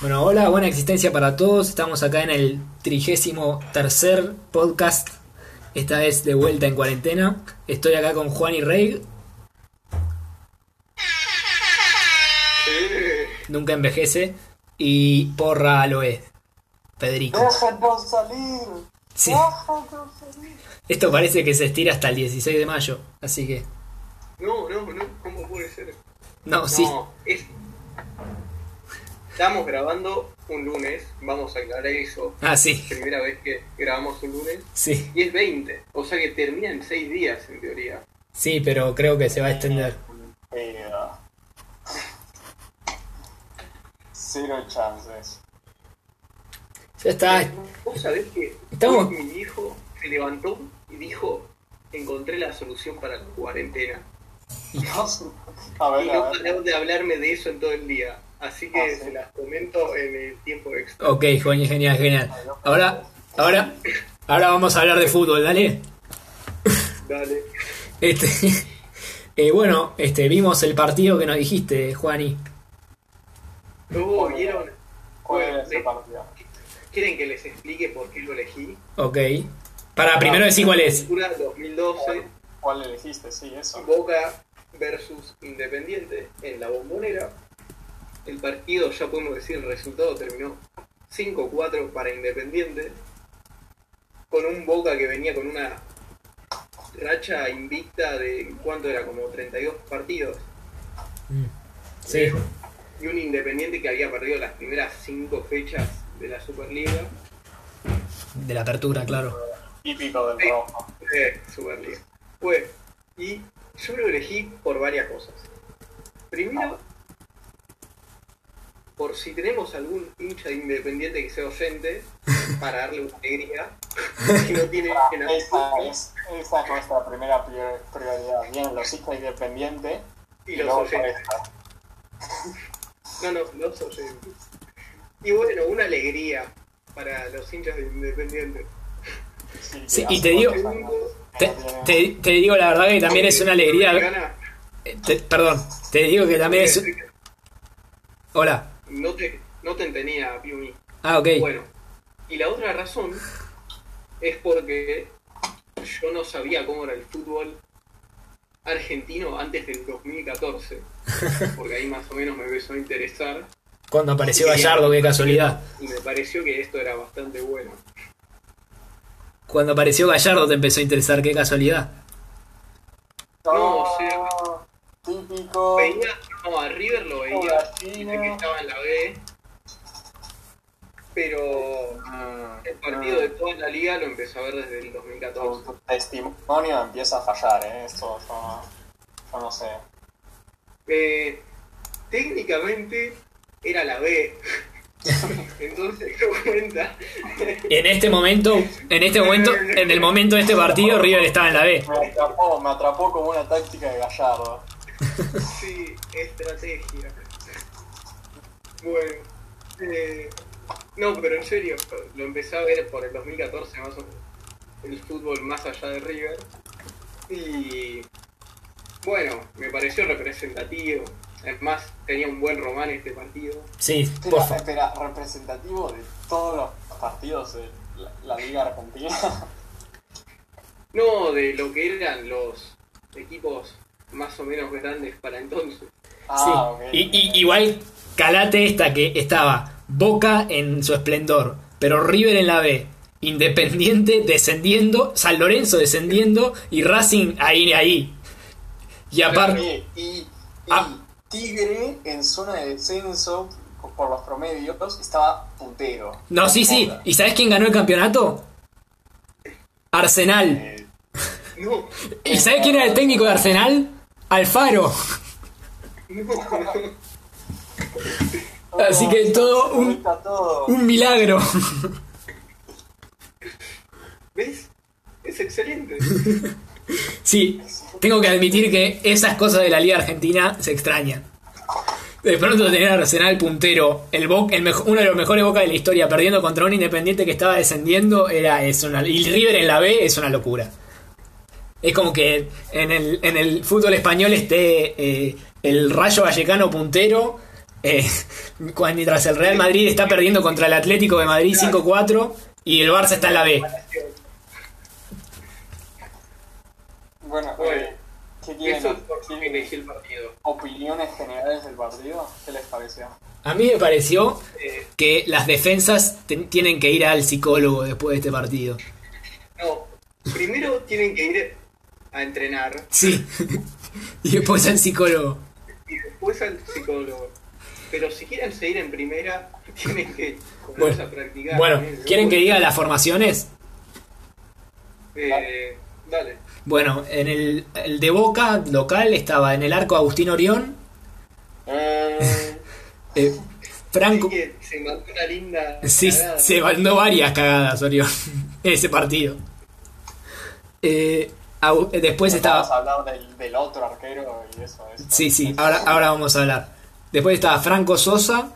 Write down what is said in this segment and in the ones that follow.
Bueno, hola, buena existencia para todos. Estamos acá en el trigésimo tercer podcast. Esta vez de vuelta en cuarentena. Estoy acá con Juan y Rey. Nunca envejece. Y porra aloe. Federico. Déjenos salir. Sí. Déjenos salir. Esto parece que se estira hasta el 16 de mayo. Así que. No, no, no, ¿cómo puede ser? No, sí. No, es... Estamos grabando un lunes, vamos a aclarar eso. Ah, sí. Primera vez que grabamos un lunes. Sí. Y es 20, o sea que termina en 6 días en teoría. Sí, pero creo que se va a extender. Eh, ah. Cero chances. Ya está. Vos sabés que Estamos- hoy mi hijo se levantó y dijo, encontré la solución para la cuarentena. No sé. A Y ver, no a ver. pararon de hablarme de eso en todo el día. Así que Ah, sí. se las comento en el tiempo extra. Ok, Juan, genial, genial. Ahora, ahora, ahora vamos a hablar de fútbol, dale. Oh. Dale. Este, eh, bueno, este, vimos el partido que nos dijiste, Juani. Luego vieron... Juega ese Sí. partido. ¿Quieren que les explique por qué lo elegí? Ok. Para primero decir cuál es. Pura 2012, ¿Cuál elegiste? Sí, eso. Boca versus Independiente en la bombonera. El partido, ya podemos decir el resultado, terminó 5-4 para Independiente. Con un Boca que venía con una racha invicta de, ¿cuánto era? Como 32 partidos. Sí. y un Independiente que había perdido las primeras 5 fechas de la Superliga. De la apertura, claro. Típico del Sí. rojo. Eh, Superliga. Fue. Y yo lo elegí por varias cosas. Primero, por si tenemos algún hincha de independiente que sea oyente, para darle una alegría, que no tiene Ah, en Esa absoluto, es, esa es nuestra primera prior- prioridad. Bien, los hijos independientes. y los oyentes. esto. No, no, los oyentes. Y bueno, una alegría para los hinchas de independiente. Sí, Sí, que y te hace digo- cuántos años que Te, no tienen- te- te digo la verdad que también es una alegría. Gana, eh, te- perdón, te digo que también es. Hola. No te, no te entendía, Piumi. Ah, ok. Bueno, y la otra razón es porque yo no sabía cómo era el fútbol argentino antes del 2014, porque ahí más o menos me empezó a interesar Cuando apareció Gallardo, qué casualidad. y me pareció que esto era bastante bueno. Cuando apareció Gallardo te empezó a interesar, qué casualidad. No, No, o sea, Típico. Veía, no, a River lo veía, dice que estaba en la B, pero Mm, el partido mm. de toda la liga lo empecé a ver desde el tu, 2014. tu testimonio empieza a fallar, ¿eh? Esto yo no, yo no sé. Eh, técnicamente era la B. Entonces no cuenta. En este momento, en este momento, en el momento de este partido, River estaba en la B. Me atrapó, me atrapó como una táctica de Gallardo. Sí, estrategia. Bueno. eh, no, pero en serio, lo empecé a ver por el 2014 más o menos. El fútbol más allá de River. Y bueno, me pareció representativo. Además, tenía un buen román este partido. Sí, por Espera, favor. espera, representativo de todos los partidos de la, la Liga Argentina. No, de lo que eran los equipos más o menos grandes para entonces. Sí. Ah, ok. Y, y- igual calate esta que estaba Boca en su esplendor, pero River en la B, Independiente descendiendo, San Lorenzo descendiendo y Racing ahí ahí. Y aparte, Oye, Y, y Ah. Tigre en zona de descenso por- por los promedios estaba putero. no, sí, sí, ¿y sabes quién ganó el campeonato? Arsenal. Eh, No, ¿Y sabes quién era el técnico de Arsenal? Alfaro. no. Así que todo un- Ahorita todo. Un milagro. ¿Ves? Es excelente. Sí, tengo que admitir que esas cosas de la Liga Argentina se extrañan. De pronto tener a Arsenal puntero, el Bo- el mejo- uno de los mejores Boca de la historia, perdiendo contra un Independiente que estaba descendiendo, era es una, y River en la B es una locura. Es como que en el, en el fútbol español esté eh, el Rayo Vallecano puntero, Eh, cuando- mientras el Real Madrid está perdiendo contra el Atlético de Madrid 5-4 y el Barça está en la B. Bueno, Bueno. eh, ¿qué Y eso es quieren? por fin ¿Quieren elegí el partido. ¿Opiniones generales del partido? ¿Qué les pareció? A mí me pareció Eh, que las defensas ten- tienen que ir al psicólogo después de este partido. no, primero tienen que ir a entrenar Sí. y después al psicólogo. y después al psicólogo. Pero si quieren seguir en primera, tienen que comenzar Bueno, a practicar. Bueno, Eh, ¿quieren que diga las formaciones? Eh, dale. Bueno, en el, el de Boca local estaba en el arco Agustín Orión, Eh, eh, Franco... Así que se mandó una linda. Sí, cagada. se mandó varias cagadas Orión en ese partido. Eh, au- eh, después vamos estaba... a hablar del, del otro arquero y eso. eso. Sí, sí, ahora, ahora vamos a hablar. Después estaba Franco Sosa,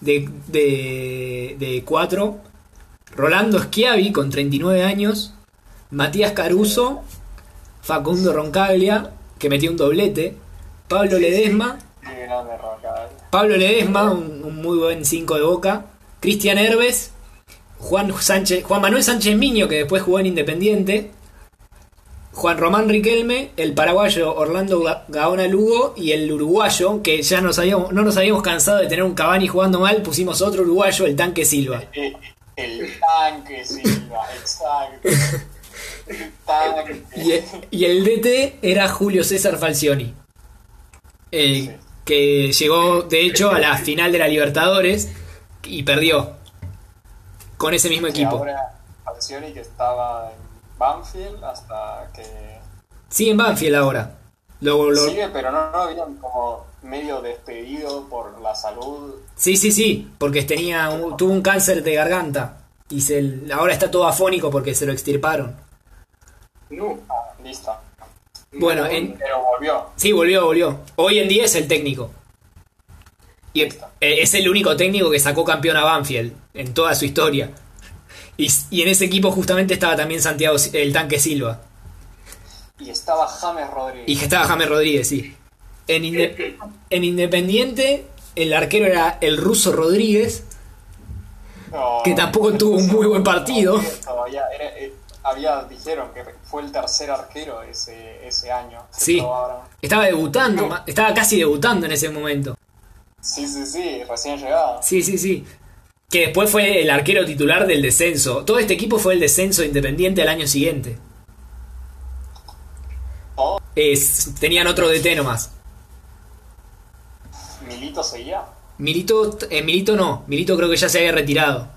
de, de, de 4. Rolando Schiavi, con 39 años. Matías Caruso. Facundo Roncaglia, que metió un doblete. Pablo Ledesma. Qué grande Roca. Pablo Ledesma, un, un muy buen 5 de boca. Cristian Herbes. Juan, Sánchez, Juan Manuel Sánchez Miño, que después jugó en Independiente. Juan Román Riquelme, el paraguayo Orlando Ga- Gaona Lugo y el uruguayo, que ya nos habíamos, no nos habíamos cansado de tener un Cavani jugando mal, pusimos otro uruguayo, el tanque Silva. Eh, el tanque, Silva, exacto. El tanque. Y, e- y el DT era Julio César Falcioni. eh, Sí. Que llegó, de hecho, a la final de la Libertadores y perdió. Con ese mismo Y equipo. ahora Falcioni que estaba en Banfield hasta que Sigue en Banfield ahora. Lo- lo- sigue, pero no lo habían como medio despedido por la salud. sí, sí, sí. Porque tenía un- tuvo un cáncer de garganta. Y se, ahora está todo afónico porque se lo extirparon. No. Ah, lista. Bueno, No, en- Pero volvió. Sí, volvió, volvió. Hoy en día es el técnico. Y es, eh, es el único técnico que sacó campeón a Banfield en toda su historia. Y, y en ese equipo justamente estaba también Santiago Si- el tanque Silva. Y estaba James Y Rodríguez. que estaba James Rodríguez, sí. En, Inde- en Independiente, el arquero era el ruso Rodríguez. No, que tampoco tuvo un muy buen partido. Todavía era- eh, había, dijeron que fue el tercer arquero ese, ese año. que Sí. probaron. Estaba debutando, ma- estaba casi debutando en ese momento. Sí, sí, sí, recién llegado. Sí, sí, sí. Que después fue el arquero titular del descenso. Todo este equipo fue el descenso de independiente al año siguiente. Oh, Es- tenían otro DT nomás. Milito seguía. Milito, eh, Milito no, Milito creo que ya se había retirado.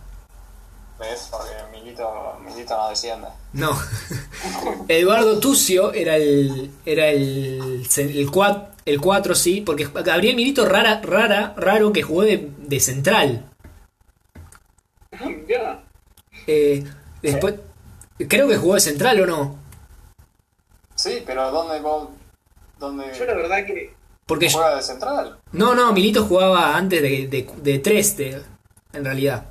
¿Ves? Porque Milito, Milito no desciende. No. Eduardo Tucio era el. era el. el 4, el cuatro, sí, porque Gabriel Milito rara, rara, raro que jugó de, de central. Ah, mirá. Eh, después. Creo que jugó de central o no. Sí, pero ¿dónde vos- ¿Dónde Yo la verdad que Porque yo- juega de central? No, no, Milito jugaba antes de, de, de tres, de- en realidad.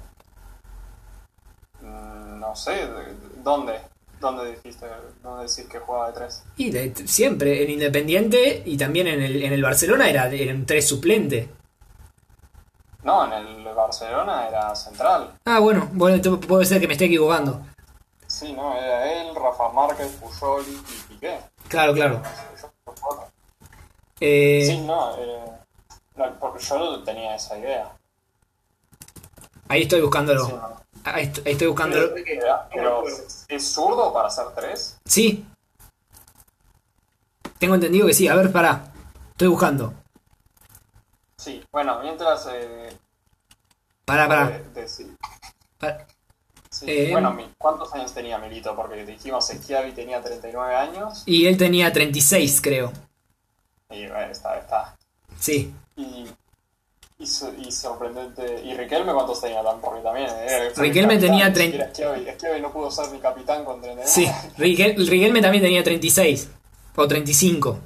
Mm, No sé, ¿de- ¿dónde? ¿Dónde dijiste? ¿Dónde decís que jugaba de tres? Y de- siempre, en Independiente y también en el, en el Barcelona era, era un tres suplente. No, en el Barcelona era central. Ah, bueno, bueno, te- puede ser que me esté equivocando. Sí, no, era él, Rafa Márquez, Puyol y Piqué. Claro, claro. Sí, Eh, no, eh, no, porque yo no tenía esa idea. Ahí estoy Sí, buscándolo. no. Ahí, est- ahí estoy la buscándolo. verdad que- Era- no me pero, acuerdo. ¿es zurdo para hacer tres? Sí. Tengo entendido que sí. A ver, pará. Estoy buscando. Sí, bueno, mientras... Eh, Pará, pará. de- de- sí. pará. Sí, Eh, bueno, mi- ¿cuántos años tenía Milito? Porque dijimos Esquiavi tenía 39 años Y él tenía 36, creo. y eh, está, está. Sí. Y, y, so- y sorprendente. ¿Y Riquelme cuántos tenía? Tan- Porque también. eh, fue Riquelme capitán, tenía ni 30. siquiera Schiavi. Schiavi no pudo ser ni capitán con 39. Sí. Rigel- Riquelme también tenía 36. O 35.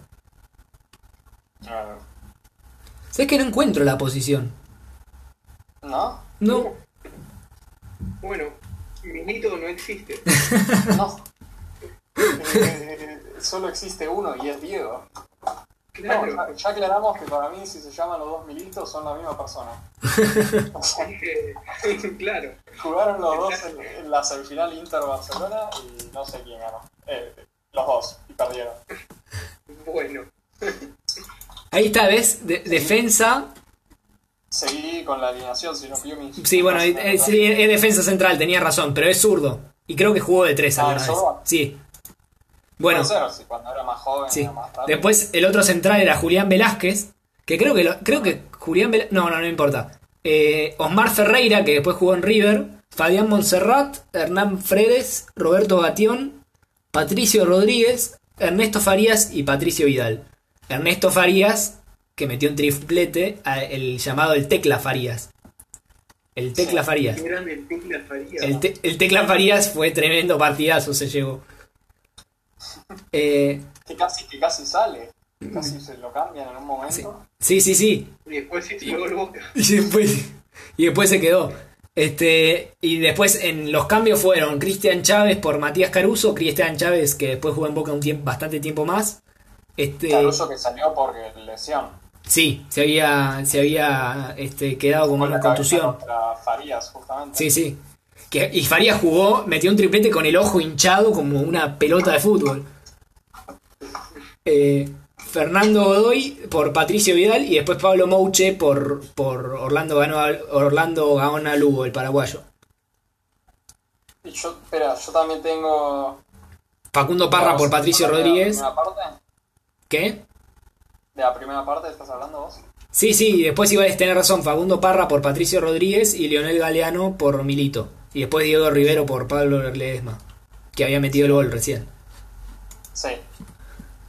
Eh, ¿Sabes que no encuentro la posición? ¿No? No. Bueno, Milito no existe. No. Eh, eh, eh, Solo existe uno y es Diego. No, Claro, ya, ya aclaramos que para mí, si se llaman los dos militos, son la misma persona. O sea, eh, claro. jugaron los dos en, en la semifinal Inter-Barcelona y no sé quién ganó. Eh, los dos, y perdieron. Bueno, Ahí está, ¿ves? De- defensa. Seguí con la alineación, si no Fiumi. Sí, bueno, eh, eh, sí, es defensa central, tenía razón, pero es zurdo. Y creo que jugó de tres Ah, alguna ¿es vez. zurdo? Sí. Bueno, Bueno, cuando era más joven, sí. era más tarde. Después el otro central era Julián Velázquez, que creo que lo- creo que Julián Velázquez, no, no, no importa. Eh, Osmar Ferreira, que después jugó en River, Fabián Montserrat, Hernán Fredes, Roberto Batión, Patricio Rodríguez, Ernesto Farías y Patricio Vidal. Ernesto Farías, que metió un triplete, a- el llamado el Tecla Farías. El Tecla Sí. Farías. qué grande el Tecla Faría. El, te- el Tecla Farías fue tremendo partidazo, se llevó. Eh, Que casi, que casi sale. Mm. Casi se lo cambian en un momento. Sí. sí, sí, sí. Y después sí llegó el Boca. Y después, y después se quedó. Este, y después en los cambios fueron Cristian Chávez por Matías Caruso, Cristian Chávez que después jugó en Boca un tiempo, bastante tiempo más. Este, Caruso que salió porque lesión. sí, se había, se había este, quedado con Con una la cabeza contusión. Contra Farías, justamente. Sí, sí. Que, y Farías jugó, metió un triplete con el ojo hinchado como una pelota de fútbol. Eh, Fernando Godoy por Patricio Vidal y después Pablo Mouche por, por Orlando, Gano- Orlando Gaona Lugo, el paraguayo. Y yo, espera, yo también tengo. Facundo Parra por Patricio ¿De la Rodríguez. primera parte? ¿Qué? ¿De la primera parte estás hablando vos? Sí, sí, y después iba a tener razón. Facundo Parra por Patricio Rodríguez y Leonel Galeano por Milito. Y después Diego Rivero por Pablo Ledesma, que había metido el gol recién. Sí.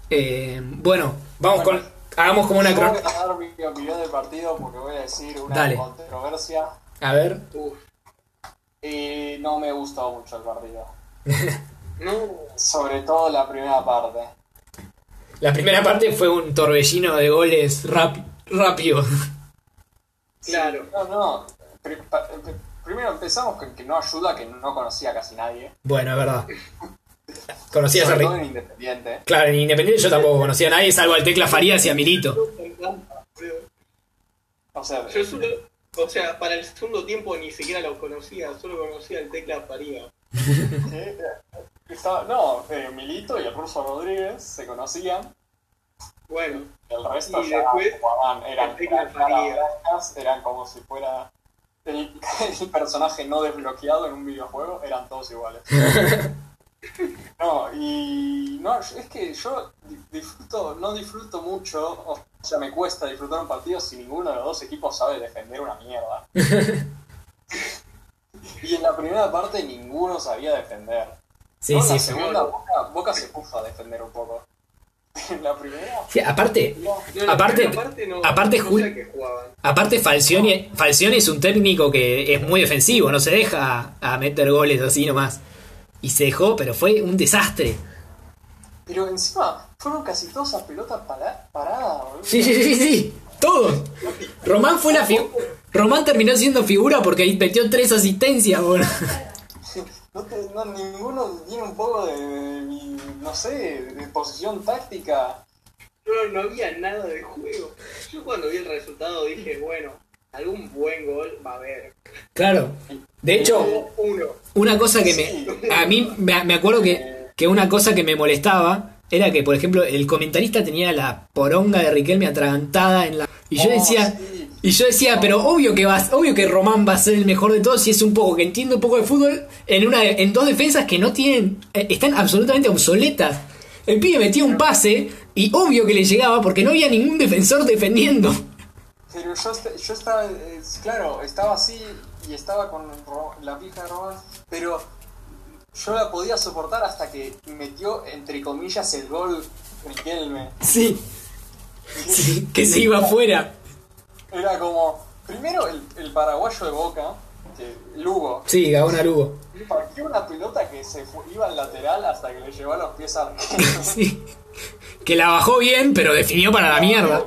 Eh, bueno, vamos con. Hagamos como una Yo voy cron- a dar mi opinión del partido porque voy a decir una Dale. controversia A ver. Uf, y no me gustó mucho el partido. no, Sobre todo la primera parte. La primera parte fue un torbellino de goles rap- rápido. claro. No, no. Pri- pa- eh, Primero empezamos con que no ayuda, que no conocía casi nadie. Bueno, es verdad. Conocías a Sobre todo Rick. en Independiente. Claro, en Independiente yo tampoco conocía a nadie, salvo al Tecla Farías y a Milito. O sea, Yo solo, o sea, para el segundo tiempo ni siquiera lo conocía, solo conocía el Tecla Faría. eh, estaba- no, eh, Milito y el ruso Rodríguez se conocían. Bueno, El resto Y ya después, jugaban, eran, el Tecla eran caras Faría. blancas, eran como si fuera el, el personaje no desbloqueado en un videojuego, eran todos iguales. no, y no, es que yo di- disfruto, no disfruto mucho, o sea, me cuesta disfrutar un partido si ninguno de los dos equipos sabe defender una mierda. y en la primera parte ninguno sabía defender. Sí, No, en sí. la segunda, seguro. Boca, Boca se puso a defender un poco. En la primera, oh, Sí, aparte, no. No, no, Aparte- aparte, no, aparte no Jul- sé qué jugaban. Aparte, Falcioni, Falcioni es un técnico que es muy defensivo, no se deja a meter goles así nomás. Y se dejó, pero fue un desastre. Pero encima fueron casi todas las pelotas para, paradas, boludo. Sí, sí, sí, sí. Todo. Román fue la figura. Román terminó siendo figura porque metió tres asistencias, boludo. No te- no, ninguno tiene un poco de, de- de- no sé, de posición táctica. No, no había nada de juego. Yo cuando vi el resultado dije, bueno, algún buen gol va a haber. Claro. De hecho, Hubo uno. una cosa que me. A mí me, me acuerdo que, que una cosa que me molestaba era que, por ejemplo, el comentarista tenía la poronga de Riquelme atragantada en la. Y yo Oh, decía. sí. Y yo decía, pero obvio que vas, obvio que Román va a ser el mejor de todos si es un poco que entiende un poco de fútbol en una en dos defensas que no tienen eh, están absolutamente obsoletas. El pibe metía un pase y obvio que le llegaba porque no había ningún defensor defendiendo. Pero yo, est- yo estaba, eh, claro, estaba así y estaba con Ro- la pija de Román, pero yo la podía soportar hasta que metió, entre comillas, el gol Riquelme. Sí. Sí, que se iba afuera. Era como, primero el, el paraguayo de Boca, que Lugo, Sí, Gaona Lugo. Partió una pelota que se fu- iba al lateral hasta que le llevó a los pies a Sí. Que la bajó bien, pero definió para la mierda.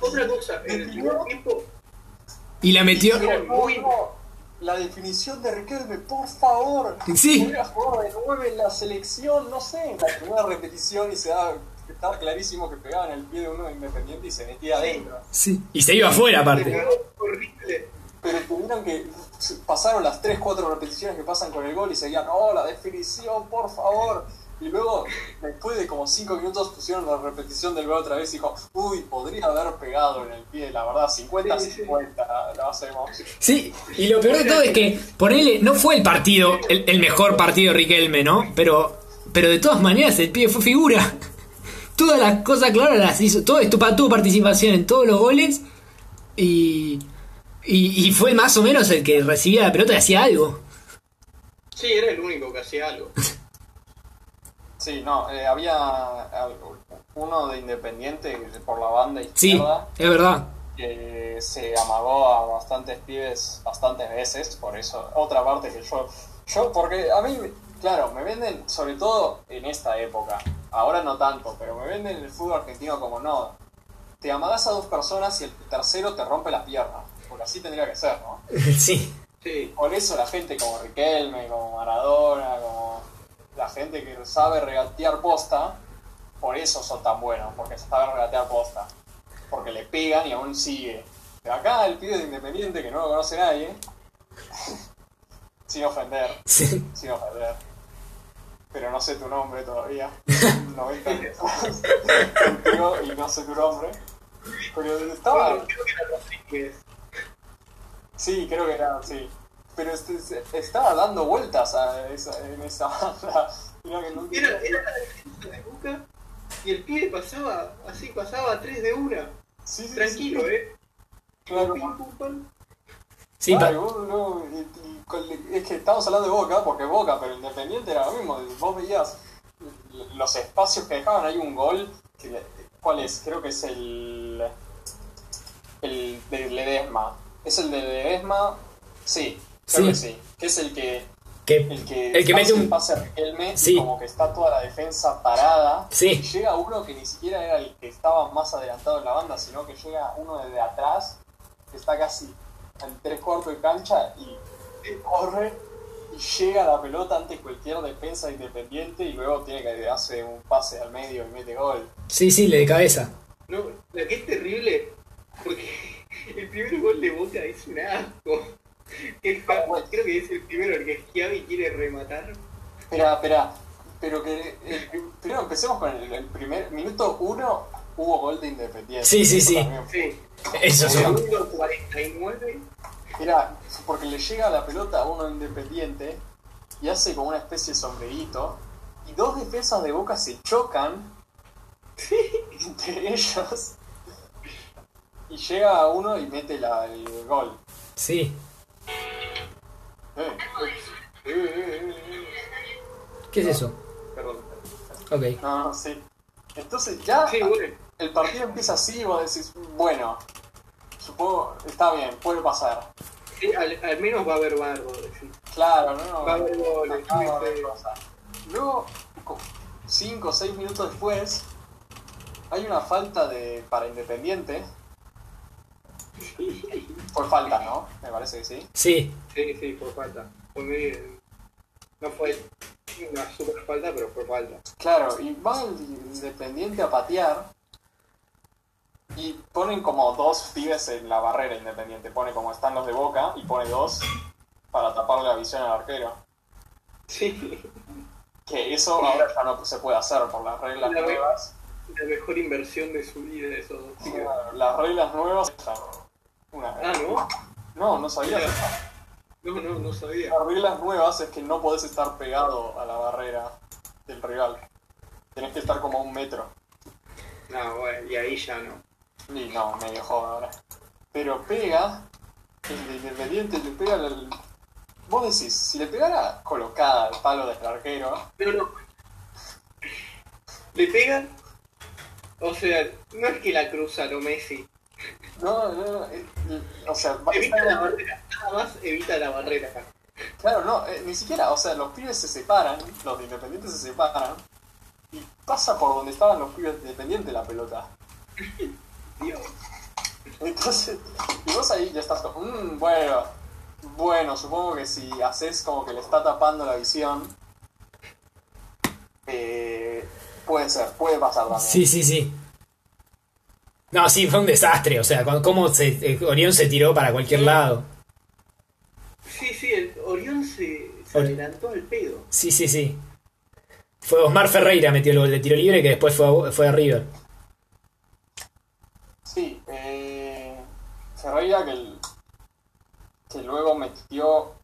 Otra cosa, en el primer tiempo Y la metió. Pero no, La definición de Riquelme, por favor. Sí. Hubiera jugado de nueve en la selección, no sé. La primera repetición y se da Estaba clarísimo que pegaban el pie de uno de Independiente y se metía adentro. Sí. Y se iba afuera aparte. Pero horrible. Pero tuvieron que. Pasaron las 3-4 repeticiones que pasan con el gol y seguían, oh, la definición, por favor. Y luego, después de como 5 minutos, pusieron la repetición del gol otra vez y dijo, uy, podría haber pegado en el pie, la verdad, 50-50, la base de Mount. Sí, y lo peor de todo es que, ponele, no fue el partido, el, el mejor partido de Riquelme, ¿no? Pero, pero de todas maneras el pibe fue figura. Todas las cosas claras las hizo, todo esto, tuvo participación en todos los goles y, y, y fue más o menos el que recibía la pelota y hacía algo. Sí, era el único que hacía algo. Sí, no, eh, había eh, uno de Independiente por la banda Sí, izquierda es verdad. que se amagó a bastantes pibes bastantes veces, por eso, otra parte que yo, yo, porque a mí, claro, me venden, sobre todo en esta época, ahora no tanto, pero me venden el fútbol argentino como no, te amagás a dos personas y el tercero te rompe las piernas, porque así tendría que ser, ¿no? Sí. Sí, Por eso la gente como Riquelme, como Maradona, como la gente que sabe regatear posta, por eso son tan buenos, porque saben regatear posta. Porque le pegan y aún sigue. Pero acá el pibe de Independiente que no lo conoce nadie, sin ofender, sí. sin ofender. Pero no sé tu nombre todavía. 90 años. Contigo y no sé tu nombre. Pero estaba, Ah. Bueno, creo que era Rodríguez. Sí, creo que era, sí. Pero este, se- estaba dando vueltas a esa, en esa banda. Mira que no- Era, era la defensa de Boca y el pibe pasaba, así pasaba tres de una. Sí, sí, sí. Tranquilo, eh. Claro. Pim, pum, pam. Sí, Ay, pa- vos, no, y- y con- es que estamos hablando de Boca, porque Boca, pero Independiente era lo mismo. Vos veías los espacios que dejaban. Hay un gol. que- ¿Cuál es? Creo que es el. El de Ledesma. ¿Es el de Ledesma? Sí, creo Sí. que sí. Que es el que. que El que, El que mete hace un- pase a Riquelme, y Sí. como que está toda la defensa parada. Sí. Y llega uno que ni siquiera era el que estaba más adelantado en la banda, sino que llega uno desde atrás, que está casi en tres cuartos de cancha y corre y llega la pelota ante cualquier defensa independiente y luego tiene que hacer un pase al medio y mete gol. sí, sí, le de cabeza. No, la que es terrible, porque el primer gol de Boca es un asco. Es fa- creo que es el primero el que Schiavi quiere rematar. Espera, espera. Pero que el prim- primero empecemos con el, el primer minuto uno hubo gol de Independiente. Sí, sí, sí. También fue- Sí. Eso es un- Segundo 49. Mira, porque le llega la pelota a uno independiente y hace como una especie de sombrerito. Y dos defensas de boca se chocan entre ellos. Y llega uno y mete la, el gol. Sí. Eh, eh, eh, eh, ¿Qué es eso? eh. Perdón. Ok. No, no, sí. Entonces ya Sí, bueno. el partido empieza así y vos decís, bueno, supongo, está bien, puede pasar. Sí, al, al menos va a haber bardo. sí. Claro, no. Va a haber goles, Acá va a haber sí. cosas. Luego, 5 o 6 minutos después, hay una falta de para Independiente. Por falta, ¿no? Me parece que sí. Sí. Sí, sí, por falta. Por mí, eh, no fue una super falta, pero fue falta. Claro, y va el Independiente a patear. Y ponen como dos pibes en la barrera Independiente. Pone como están los de Boca y pone dos para taparle la visión al arquero. Sí, Que eso ahora ya no se puede hacer por las reglas La ve- nuevas. la mejor inversión de su vida de esos dos Sí, chicos. claro, las reglas nuevas. Una Ah, ¿no? No, no sabía. Mira. No, no, no sabía. Las reglas nuevas es que no podés estar pegado a la barrera del rival. Tenés que estar como a un metro. No, bueno, y ahí ya no. Y no, medio joda ahora. Pero pega, el de Independiente le pega al. Vos decís, si le pegara colocada al palo del arquero, No, no. Le pegan. O sea, no es que la cruza lo Messi. no, no, no, eh, eh, o sea, va a Evita la estar- barrera. Nada más evita la barrera. Claro, no, eh, ni siquiera, o sea, los pibes se separan, los de Independiente se separan, y pasa por donde estaban los pibes de Independiente la pelota. Dios. Entonces, y vos ahí ya estás como, "Mm, bueno, bueno, supongo que si haces como que le está tapando la visión, eh, Puede ser, puede pasar también. Sí, sí, sí. No, sí, fue un desastre. O sea, cu- cómo se, eh, Orión se tiró para cualquier lado. Sí, sí, el Orión se, se Ori- adelantó al pedo. Sí, sí, sí. Fue Osmar Ferreira metió el gol de tiro libre que después fue a, fue a River. Sí, eh, Ferreira que, el- que luego metió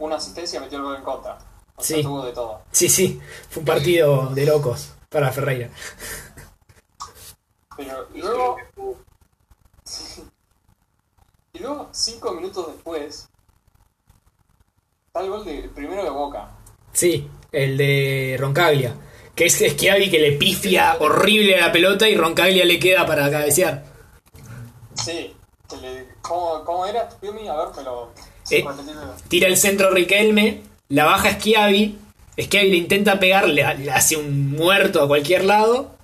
una asistencia y metió el gol en contra. O sea, Sí. tuvo de todo. Sí, sí. Fue un partido de locos para Ferreira. Pero Hizo luego, lo que pudo. y luego cinco minutos después, está el gol de, el primero de Boca. Sí, el de Roncaglia. Que es Schiavi que le pifia horrible a la pelota y Roncaglia le queda para cabecear. Sí, que le, ¿cómo, cómo era? Piumi, a ver, me lo... Eh. repetímelo. Tira el centro Riquelme, la baja Schiavi. Schiavi le intenta pegar, le, le hace un muerto a cualquier lado.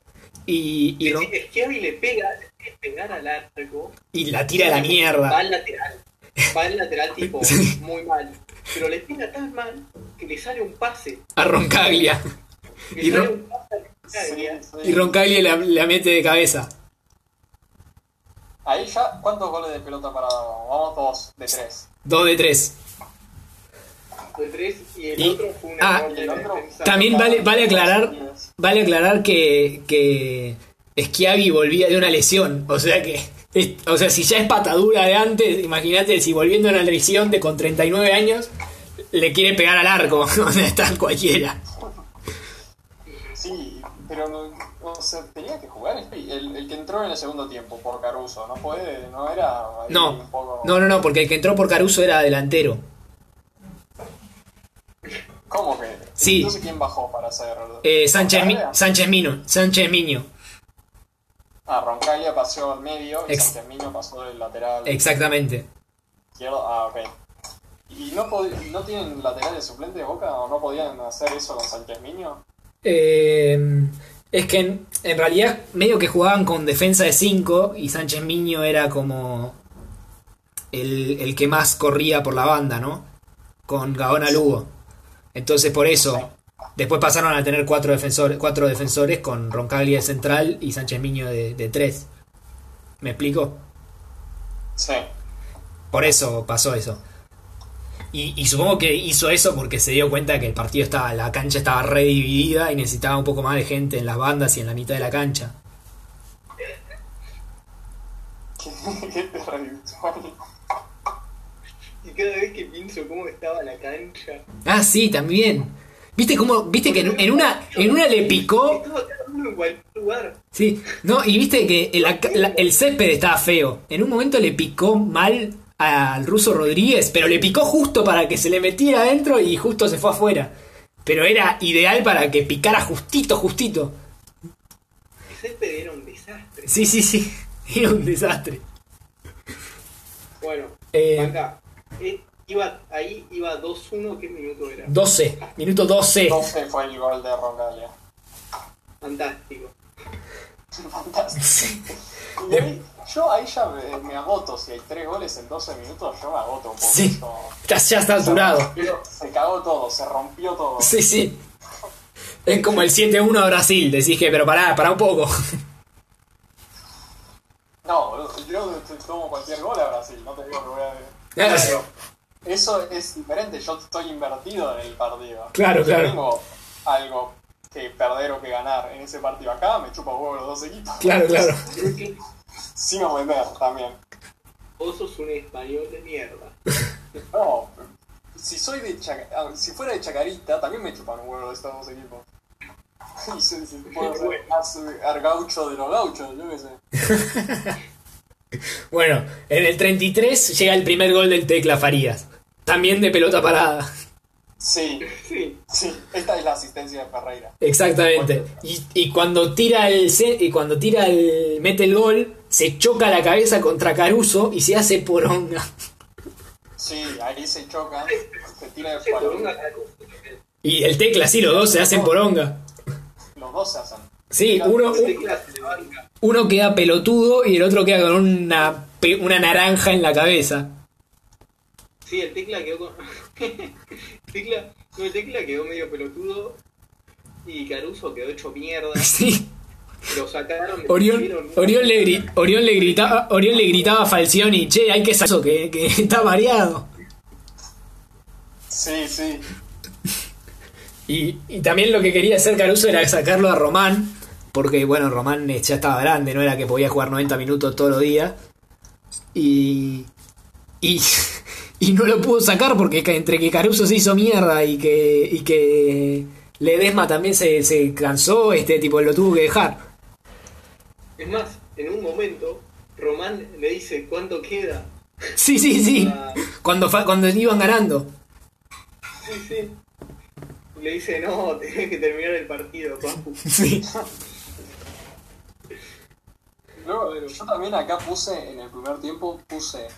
Y, y, Ron- Sí, Schiavi le pega, le quiere pegar al arco. y la tira a la Va mierda. al lateral. Va al lateral tipo muy mal. Pero le pega tan mal que le sale un pase. A Roncaglia. Le Y sale Ro- un pase al Sí, Schiavi. sí. Y Roncaglia la, la mete de cabeza. Ahí ya, ¿cuántos goles de pelota para Vamos dos, de tres. Dos de tres. Fue tres y el Y- otro fue un ah, error de el la otro- defensa. También vale, vale aclarar. Vale aclarar que, que Schiavi volvía de una lesión. O sea que. es- o sea, si ya es patadura de antes, imagínate si volviendo a una lesión de con 39 años, le quiere pegar al arco. Donde está cualquiera. Sí, pero no, o sea, tenía que jugar el, el que entró en el segundo tiempo por Caruso, no puede, no era ahí No, un poco- no, no, no, porque el que entró por Caruso era delantero. ¿Cómo que? Sí. Entonces quién bajó para hacer Eh, Sánchez, Mi- Roncaglia? Sánchez Mino. Sánchez Miño. Ah, Roncaglia pasó al medio y Ex- Sánchez Miño pasó del lateral Exactamente. izquierdo. Ah, ok. ¿Y no, pod- no tienen lateral de suplente de Boca o no podían hacer eso con Sánchez Miño? Eh, es que en, en realidad medio que jugaban con defensa de 5 y Sánchez Miño era como el, el que más corría por la banda, ¿no? Con Gaona Lugo. Entonces por eso, después pasaron a tener cuatro defensores, cuatro defensores con Roncaglia de central y Sánchez Miño de, de tres. ¿Me explico? Sí. Por eso pasó eso. Y, y supongo que hizo eso porque se dio cuenta que el partido estaba, la cancha estaba redividida y necesitaba un poco más de gente en las bandas y en la mitad de la cancha. Qué, qué terrible. Y cada vez que pienso cómo estaba la cancha. Ah, sí, también. ¿Viste cómo, viste que en, en una, en una le picó? Estaba cada uno en cualquier lugar. Sí, no, y viste que el, ac- la- el césped estaba feo. En un momento le picó mal al ruso Rodríguez, pero le picó justo para que se le metiera adentro y justo se fue afuera. Pero era ideal para que picara justito, justito. El césped era un desastre. Sí, sí, sí. Era un desastre. Bueno, Eh, acá. eh, iba, ahí iba 2-1, ¿qué minuto era? 12. Minuto 12. Entonces fue el gol de Roncaglia. Fantástico. Fantástico. Sí. Y ahí- yo ahí ya me, me agoto. Si hay tres goles en 12 minutos, yo me agoto un poco. Sí. Yo- Está- ya está saturado. Se cagó todo, se rompió todo. Sí, sí. Es como el 7-1 a Brasil. Decís que, pero pará, pará un poco. No, boludo, yo te tomo cualquier gol a Brasil, no te digo que voy a... Claro. Eso es diferente, yo estoy invertido en el partido. Claro, Yo claro. Tengo algo que perder o que ganar en ese partido acá, me chupa huevo los dos equipos. Claro, claro. Creo que Sin ofender también. vos sos un español de mierda. No, si soy de Chaca- ah, si fuera de Chacarita, también me chupan un huevo estos dos equipos. Y se, se puede ser más eh, argaucho de los gauchos, yo qué sé. Bueno, en el 33 llega el primer gol del Tecla Farías. También de pelota parada. Sí, Sí. sí, esta es la asistencia de Ferreira. Exactamente. Y, y cuando tira el ce- y cuando tira el mete el gol, se choca la cabeza contra Caruso y se hace poronga. Sí, ahí se choca, se tira de Se palo. prolonga cada cosa. Y el Tecla sí, los dos se hacen poronga. Los dos se hacen. Sí, uno, Se queda, se levanta. Uno queda pelotudo y el otro queda con una, pe- una naranja en la cabeza. Sí, el tecla quedó con. tecla, no, el tecla quedó medio pelotudo. y Caruso quedó hecho mierda. Sí. Lo sacaron. le Orión, pusieron una- Orión, le, gri- Orión le gritaba, Orión le gritaba a Falcioni, che, hay que sacar eso, que, que está variado. Sí, sí. Y, y también lo que quería hacer Caruso era sacarlo a Román, porque bueno, Román eh, ya estaba grande, no era que podía jugar 90 minutos todos los días. Y, y, y no lo pudo sacar porque ca- entre que Caruso se hizo mierda y que, y que Ledesma también se, se cansó, este tipo lo tuvo que dejar. Es más, en un momento, Román le dice cuánto queda. Ah, Sí, sí, sí. Cuando, fa- cuando iban ganando. Sí, sí. Le dice, no, tenés que terminar el partido, papu. Sí. No, pero yo también acá puse, en el primer tiempo, puse.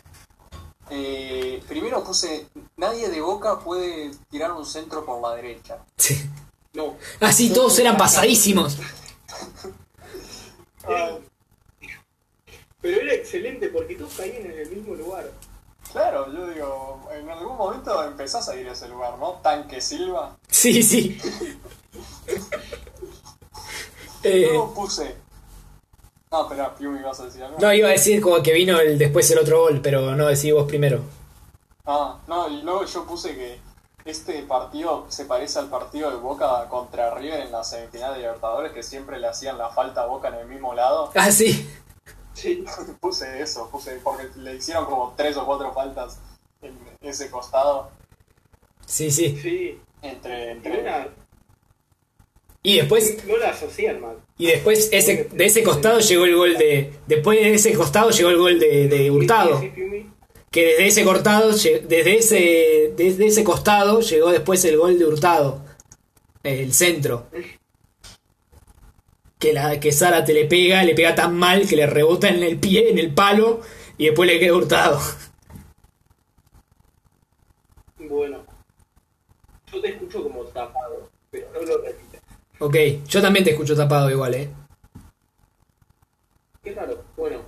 eh, primero puse. Nadie de boca puede tirar un centro por la derecha. Sí. No. Así todos eran pasadísimos. Era- Ah. Pero era excelente porque todos caían en el mismo lugar. Claro, yo digo, en algún momento empezás a ir a ese lugar, ¿no? Tanque Silva. Sí, sí. Eh, Luego puse. No, espera, Piumi, vas a decir algo. no, iba a decir como que vino el, después el otro gol, pero no, decí vos primero. Ah, no, y luego yo puse que este partido se parece al partido de Boca contra River en la semifinal de Libertadores, que siempre le hacían la falta a Boca en el mismo lado. Ah, sí. Sí. Puse eso, puse porque le hicieron como tres o cuatro faltas en ese costado Sí, sí. Sí. entre... Y entre... una- Y después, no la asocian mal. y después ese, de ese costado llegó el gol de. Después de ese costado llegó el gol de, de Hurtado. Sí, sí, Piumi. Que desde ese cortado, lle- desde ese. Desde ese costado llegó después el gol de Hurtado. El centro. Que la que Sara te le pega, le pega tan mal que le rebota en el pie, en el palo, y después le queda hurtado. Bueno. Yo te escucho como tapado, pero no lo repitas. Ok, yo también te escucho tapado igual, eh. Qué raro. Bueno.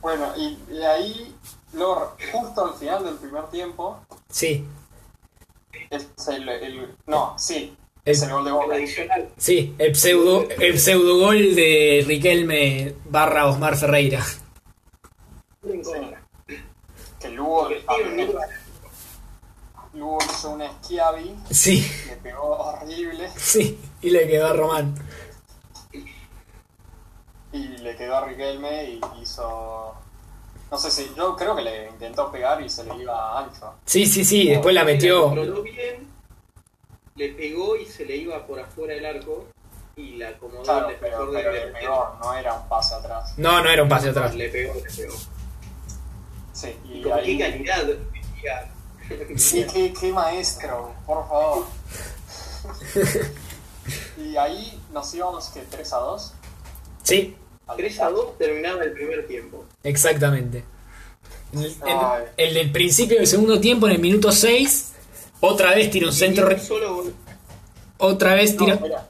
Bueno, y, y ahí, luego, justo al final del primer tiempo, Sí, es el... el- no, sí, El- es el gol de El Boca. adicional. sí, el pseudo, el pseudo gol de Riquelme barra Osmar Ferreira. en contra. Que Lugo, Porque el tiro en lugar. Lugo hizo una esquiavi, Sí, le pegó horrible sí, y le quedó a Román. y le quedó a Riquelme y hizo... No sé si, yo creo que le intentó pegar y se le iba ancho. Sí, sí, sí, después la metió. controló bien, le pegó y se le iba por afuera del arco y la acomodó Claro, el defensor pero, de pero le pegó, no era un pase atrás. No, no era un pase atrás. Le pegó, le pegó. Sí, Y y con qué ahí... calidad. decía. Sí, qué, qué maestro, por favor. y ahí nos íbamos que 3 a 2. Sí, 3 a 2 terminaba el primer tiempo. Exactamente. En el, en- Ay. en el principio del segundo tiempo, en el minuto 6, otra vez tira un centro. Y re- un solo gol. Otra vez No, tira. espera.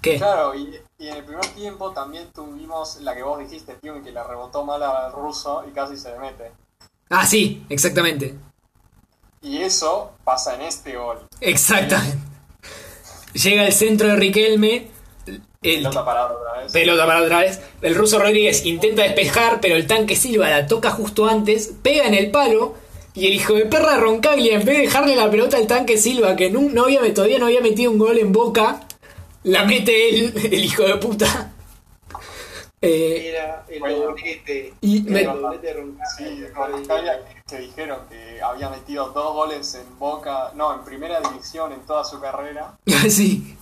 ¿Qué? Claro, y, y en el primer tiempo también tuvimos la que vos dijiste, Piumi, que le rebotó mal al ruso y casi se le mete. Ah, sí, exactamente. Y eso pasa en este gol. Exactamente. Llega el centro de Riquelme. El, Pelota parada otra vez. pelota para otra vez. El ruso Rodríguez intenta despejar, pero el tanque Silva la toca justo antes, pega en el palo. Y el hijo de perra Roncaglia, en vez de dejarle la pelota al tanque Silva, que nun- no había, todavía no había metido un gol en boca, la mete él, el hijo de puta. Eh, Era el Bueno. doblete. Y el me- doblete de Roncaglia. Sí, Roncaglia, que- que dijeron que había metido dos goles en Boca, no, en primera división en toda su carrera, sí,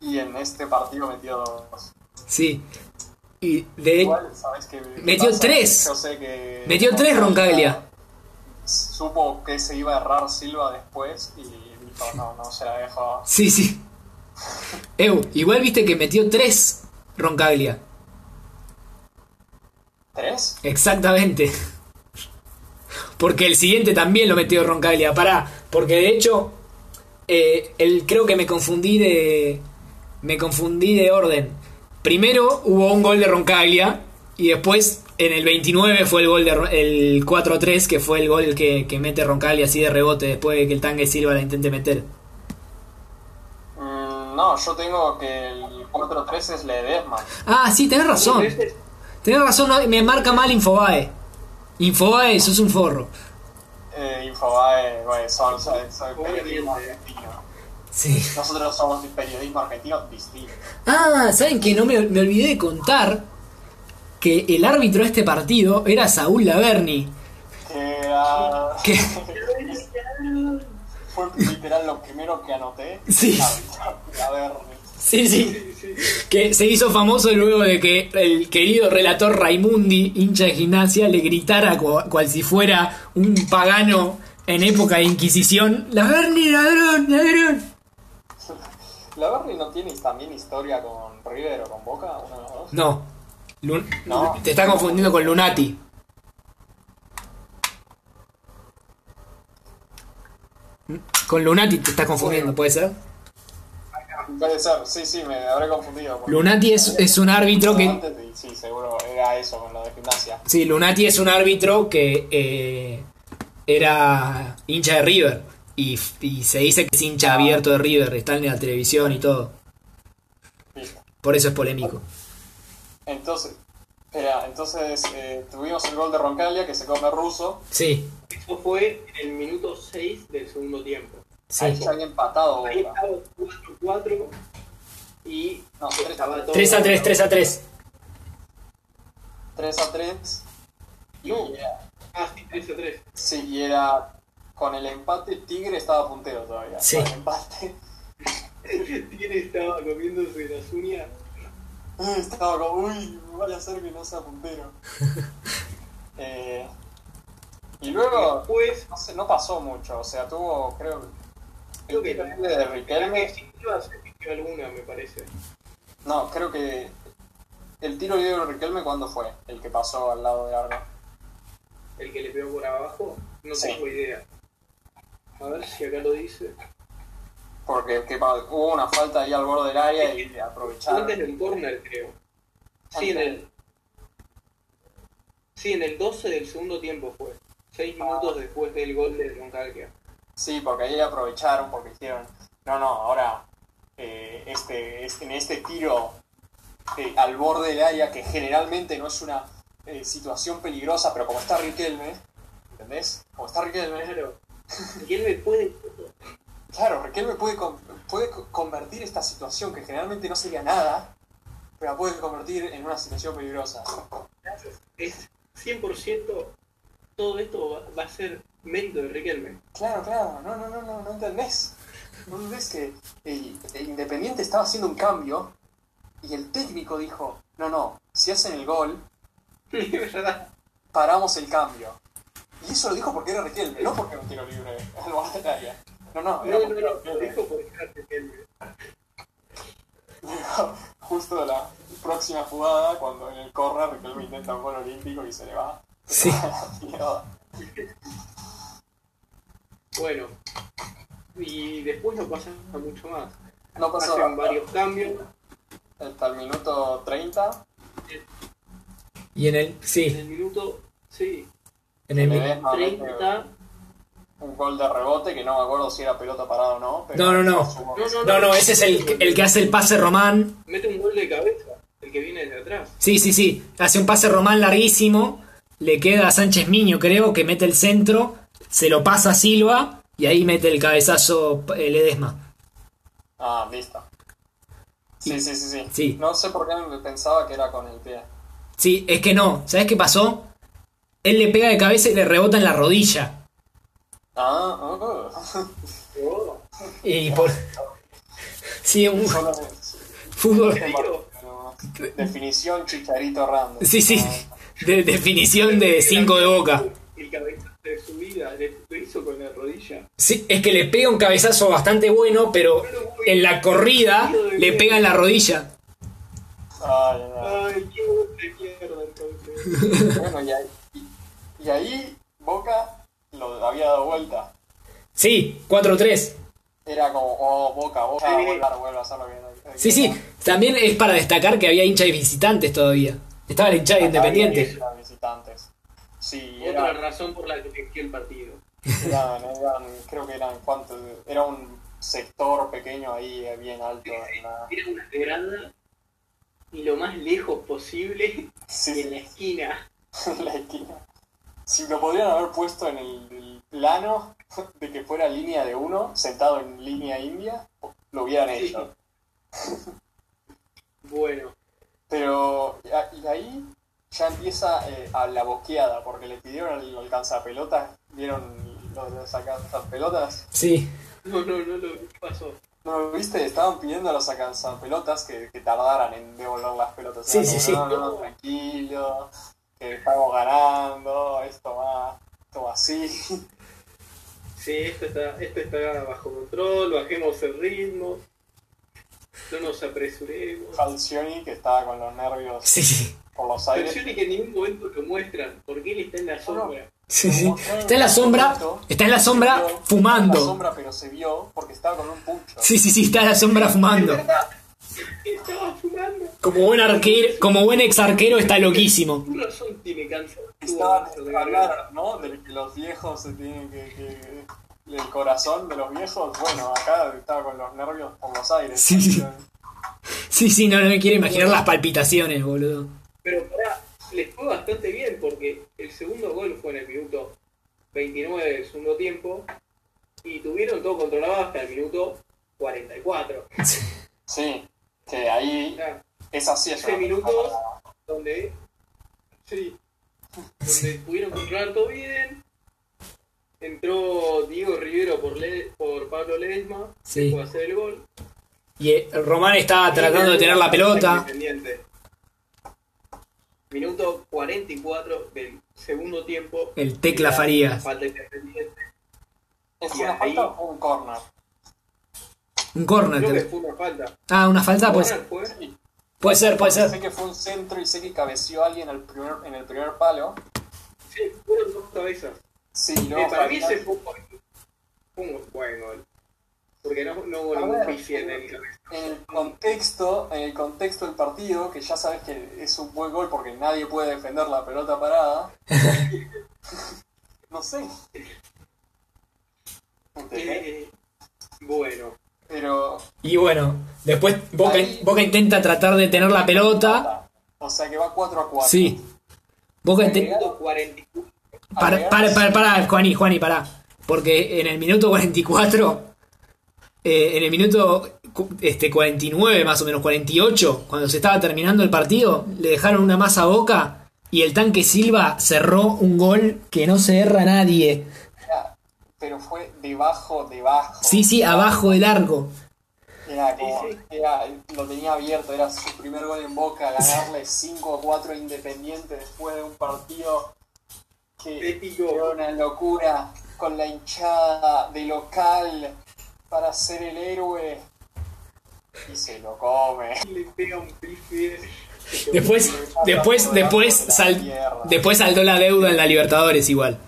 y en este partido metió dos. sí. Y de Igual, ¿sabés qué Metió pasa? tres. Yo sé que... Metió tres, Roncaglia. Supo que se iba a errar Silva después y dijo, no, no se la dejó. sí, sí. Eu, igual viste que metió tres Roncaglia. ¿Tres? Exactamente. Porque el siguiente también lo metió Roncaglia. Pará, porque de hecho, eh, el, creo que me confundí de. Me confundí de orden. Primero hubo un gol de Roncaglia. Y después, en el 29, fue el gol de Ro- el 4-3, que fue el gol que, que mete Roncaglia así de rebote después de que el Tangue Silva la intente meter. Mm, No, yo tengo que el 4-3 es Ledesma. Ah, sí, tenés razón. Entonces, Tenés razón, no, me marca mal Infobae. Infobae, sos un forro. Eh, Infobae, bueno, son, son, son Obviamente. periodismo argentino. Sí. Nosotros somos de periodismo argentino distinto. Ah, ¿saben que no me, me olvidé de contar? Que el árbitro de este partido era Saúl Laverni. Que era- Que, fue literal lo primero que anoté. Sí. A ver, sí, sí. Que se hizo famoso luego de que el querido relator Raimundi, hincha de gimnasia, le gritara cu- cual si fuera un pagano en época de Inquisición. Laverni, ladrón, ladrón. la Berni no tiene también historia con River o con Boca, uno de los dos. No. Lun- No. Te está confundiendo con Lunati. Con Lunati te estás confundiendo, ¿puede ser? Puede ser, sí, sí, me habré confundido. porque- Lunati es, es un árbitro que. Antes de- Sí, seguro, era eso con lo de gimnasia. Sí, Lunati es un árbitro que eh, era hincha de River. Y, y se dice que es hincha abierto de River. Está en la televisión y todo. Listo. Por eso es polémico. Entonces, espera, entonces eh, tuvimos el gol de Roncalia que se come ruso. Sí, Eso fue en el minuto 6 del segundo tiempo. sí. Ahí ya había empatado Ahí Boca. estaba 4-4 y No, tres a estaba tres. todo- 3 a 3, 3 a 3. 3 a 3. No. Y era, Ah, sí, 3 a 3. sí, y era con el empate, Tigre estaba puntero todavía. Sí. Con el empate. Tiene estaba comiéndose las uñas. Uy, Estaba como, uy, vale a ser que no sea puntero. Eh, y luego, Después, no, sé, no pasó mucho, o sea, tuvo, creo, Creo que- el triple de Riquelme. Silva se pidió alguna, me parece. No, creo que el tiro libre de Riquelme, ¿cuándo fue? El que pasó al lado de Argo. El que le pegó por abajo, no Sí. tengo idea. A ver si acá lo dice. Porque que pa- hubo una falta ahí al borde del área y Antes aprovecharon. del corner, creo. Sí, en el. Sí, en el 12 del segundo tiempo fue. Seis minutos después del gol de Roncalquia. Sí, porque ahí aprovecharon, porque dijeron, no, no, ahora eh, este, este- en este tiro eh, al borde del área, que generalmente no es una eh, situación peligrosa, pero como está Riquelme, ¿entendés? Como está Riquelme, Claro. Y él me puede. claro, Riquelme puede, con- puede co- convertir esta situación, que generalmente no sería nada, pero la puede convertir en una situación peligrosa. Es 100%. Todo esto va, va a ser mérito de Riquelme. Claro, claro, no, no, no, no, no entendés. No entendés que eh, Independiente estaba haciendo un cambio y el técnico dijo, no, no, si hacen el gol, Es verdad. paramos el cambio. Y eso lo dijo porque era Riquelme, no porque era un tiro libre al borde del área. No, no, era No, no, porque era no. Lo Riquelme. dijo por estar Riquelme. Justo la próxima jugada, cuando en el corner Riquelme intenta un gol olímpico y se le va. Sí. Mierda. Bueno. Y después no pasa mucho más. No pasó Hacen nada. varios cambios. Hasta el minuto 30, Y en el. En Sí, el minuto. Sí. en el. Ledesma mete 30. un gol de rebote que no me acuerdo si era pelota parada o no. Pero No, no, no. supongo que No, no, No, no, ese es el, el que hace el pase Román. Mete un gol de cabeza, el que viene de atrás. Sí, sí, sí. Hace un pase Román larguísimo. Le queda a Sánchez Miño, creo, que mete el centro. Se lo pasa a Silva. Y ahí mete el cabezazo eh, el Edesma. Ah, listo. Sí, sí, sí, sí, Sí. No sé por qué me pensaba que era con el pie. Sí, es que no. ¿Sabes qué pasó? Él le pega de cabeza y le rebota en la rodilla. Ah, uh, Oh, Y por. Sí, un solo fútbol. no, definición chicharito random. Sí, sí. De definición de 5 de boca. El cabezazo de su vida, le- lo hizo con la rodilla. Sí, es que le pega un cabezazo bastante bueno, pero en la corrida le pega en la rodilla. Ah, Ay, ay, Ay, qué gol de mierda entonces. ay. Bueno, y ahí, y ahí Boca lo había dado vuelta. Sí, 4-3. Era como, oh, Boca, Boca, Sí. vuelve a- vuelve a hacerlo bien. Sí, sí, también es para destacar que había hincha de visitantes todavía. Estaba la hincha Ah, de Independiente. Eran visitantes. Sí, Otra eran, razón por la que elegí el partido. eran, eran- creo que eran, ¿cuántos? Era un sector pequeño ahí eh, bien alto. en la- Era una grada y lo más lejos posible Sí, y en sí, la esquina. en la esquina. Si lo podrían haber puesto en el, el plano de que fuera línea de uno, sentado en línea india, lo hubieran Sí. hecho. Bueno, Pero a- y ahí ya empieza eh, a la boqueada, porque le pidieron el alcanzapelotas, vieron los de los alcanzapelotas. Sí. no, no, no lo pasó. No, lo viste, estaban pidiendo a los alcanzapelotas que, que tardaran en devolver las pelotas. Sí, Era sí, sí. como, No, no, no, tranquilo, que estamos ganando, esto va, esto va así. Sí, esto está, esto está bajo control, bajemos el ritmo, no nos apresuremos. Falcioni, que estaba con los nervios Sí, sí. por los aires. Versiones que en ningún momento lo muestran, porque él está en la sombra. Sí, sí. Está en la sombra. Está en la sombra Pero- La fumando. sombra, pero se vio porque estaba con un pucho. Sí, sí, sí, está en la sombra fumando. Estaba fumando. Como buen arquero, como buen ex arquero está loquísimo. Por razón tiene cáncer. Estaban Tuvo cáncer de garganta. hablar, ¿no? De que los viejos se tienen que, que- El corazón de los viejos, bueno, acá estaba con los nervios por los aires. Sí, sí. Sí, sí, no, no me quiero imaginar las palpitaciones, boludo. Pero pará, les fue bastante bien porque el segundo gol fue en el minuto 29 del segundo tiempo y tuvieron todo controlado hasta el minuto 44. Sí, que ahí Ya, es así. es Ese una minuto persona- donde, sí, donde pudieron controlar todo bien. Entró Diego Rivero por, Le- por Pablo Ledesma, Sí. fue a hacer el gol. Y eh, Román estaba tratando de tener la pelota. Independiente. Minuto 44 del segundo tiempo. El Tecla Farías. Falta independiente. ¿Es Y una ahí- falta o un corner? Un Creo que corner. fue una falta. Ah, una falta, pues. Corner fue. Puede ser, puede Sé ser. que fue un centro y sé que cabeció a alguien al primer- en el primer palo. Sí, fueron dos cabezas. Sí, Eh, luego para mí Fabián- ese fue un buen- fue un buen gol. Porque no, no hubo A ningún ver, pifié en el cabeza. en el contexto, en el contexto del partido, que ya sabes que es un buen gol porque nadie puede defender la pelota parada. no sé. Eh, bueno, Pero Y bueno, después Boca, Ahí- Boca intenta tratar de tener la pelota. o sea que va 4 a 4. Sí. Boca inte- minuto 44. Para, para, para, para, Juani, Juani, para. Porque en el minuto 44, eh, en el minuto cu- este, 49, más o menos 48, cuando se estaba terminando el partido, le dejaron una masa a boca y el tanque Silva cerró un gol que no se erra nadie. Pero fue debajo, debajo. Sí, sí, abajo del arco. Era como, Sí, sí. era- lo tenía abierto, era su primer gol en Boca, ganarle 5 a 4 Independiente después de un partido que Épico. era una locura con la hinchada de local para ser el héroe. Y se lo come. Le pega un pifié. Después, después, después, sal- después saldó la deuda en la Libertadores igual.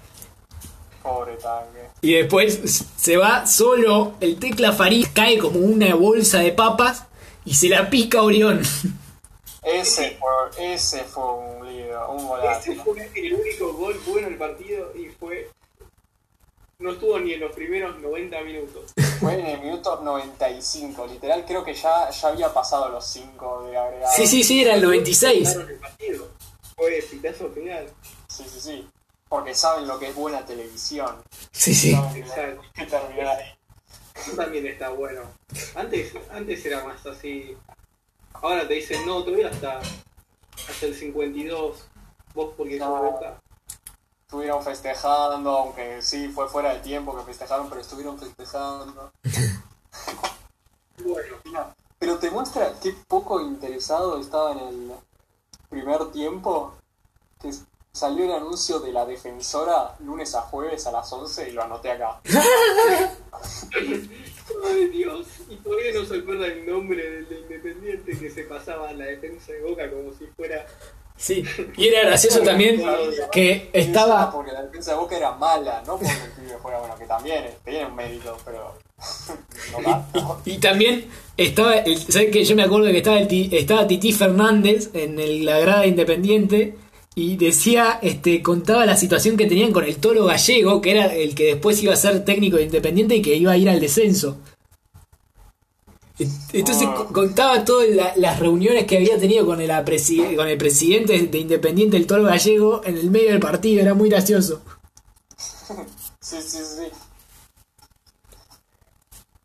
Pobre tanque. Y después se va solo, el tecla Farid cae como una bolsa de papas y se la pica Orión. Ese fue, ese fue un lío, un Ese volante. fue el único gol bueno del partido y fue. No estuvo ni en los primeros 90 minutos. Fue en el minuto 95, literal creo que ya, ya había pasado los 5 de agregado. Sí, sí, sí, era el 96. Ganaron el partido. Fue pitazo final. Sí, sí, sí. Porque saben lo que es buena televisión. Sí, sí. Saben Exacto. que terminar ahí. Eso también está bueno. Antes, antes era más así. Ahora te dicen, no, todavía hasta, hasta el 52. Vos porque sos No. Boca. Estuvieron festejando, aunque sí, fue fuera de tiempo que festejaron, pero estuvieron festejando. Bueno, Mira, pero te muestra qué poco interesado estaba en el primer tiempo. Que salió el anuncio de la defensora lunes a jueves a las 11 y lo anoté acá. ay Dios. Y todavía no se acuerda el nombre del de Independiente que se pasaba a la defensa de Boca como si fuera. sí. Y era gracioso también que Ah, estaba. Porque la defensa de Boca era mala, ¿no? Porque el pibe fuera bueno, que también eh, tiene un mérito, pero. no tanto. Y también estaba. el- ¿Sabes qué? Yo me acuerdo que estaba, el ti- estaba Titi Fernández en el- la grada independiente. Y decía, este, contaba la situación que tenían con el toro gallego, que era el que después iba a ser técnico de independiente y que iba a ir al descenso. Entonces co- contaba todas la- las reuniones que había tenido con el, apresi- con el presidente de Independiente, el Toro Gallego, en el medio del partido. Era muy gracioso. Sí, sí, sí.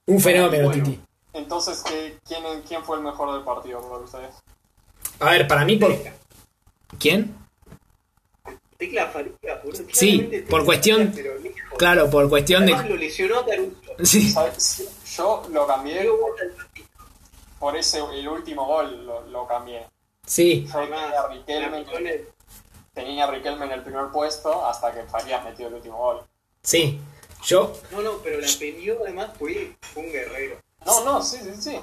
Un fenómeno, Bueno, Titi. Entonces, ¿qué- quién, ¿quién fue el mejor del partido para ustedes? A ver, para mí, por. Tecla. ¿Quién? Tecla Faría, boludo. Sí, Claramente por tenía cuestión- pero lejos. Claro, por cuestión Además, de. lo lesionó a Taruto. Sí, ¿Sabes? Yo lo cambié Dio vuelta al partido. por ese, el último gol, lo, lo cambié. sí. Yo tenía a, Además, Ah, la Riquelme, picó en el- tenía a Riquelme en el primer puesto hasta que Farías metió el último gol. Sí, yo, No, no, pero la peleó además fue fue un guerrero. No, no, sí, sí, sí.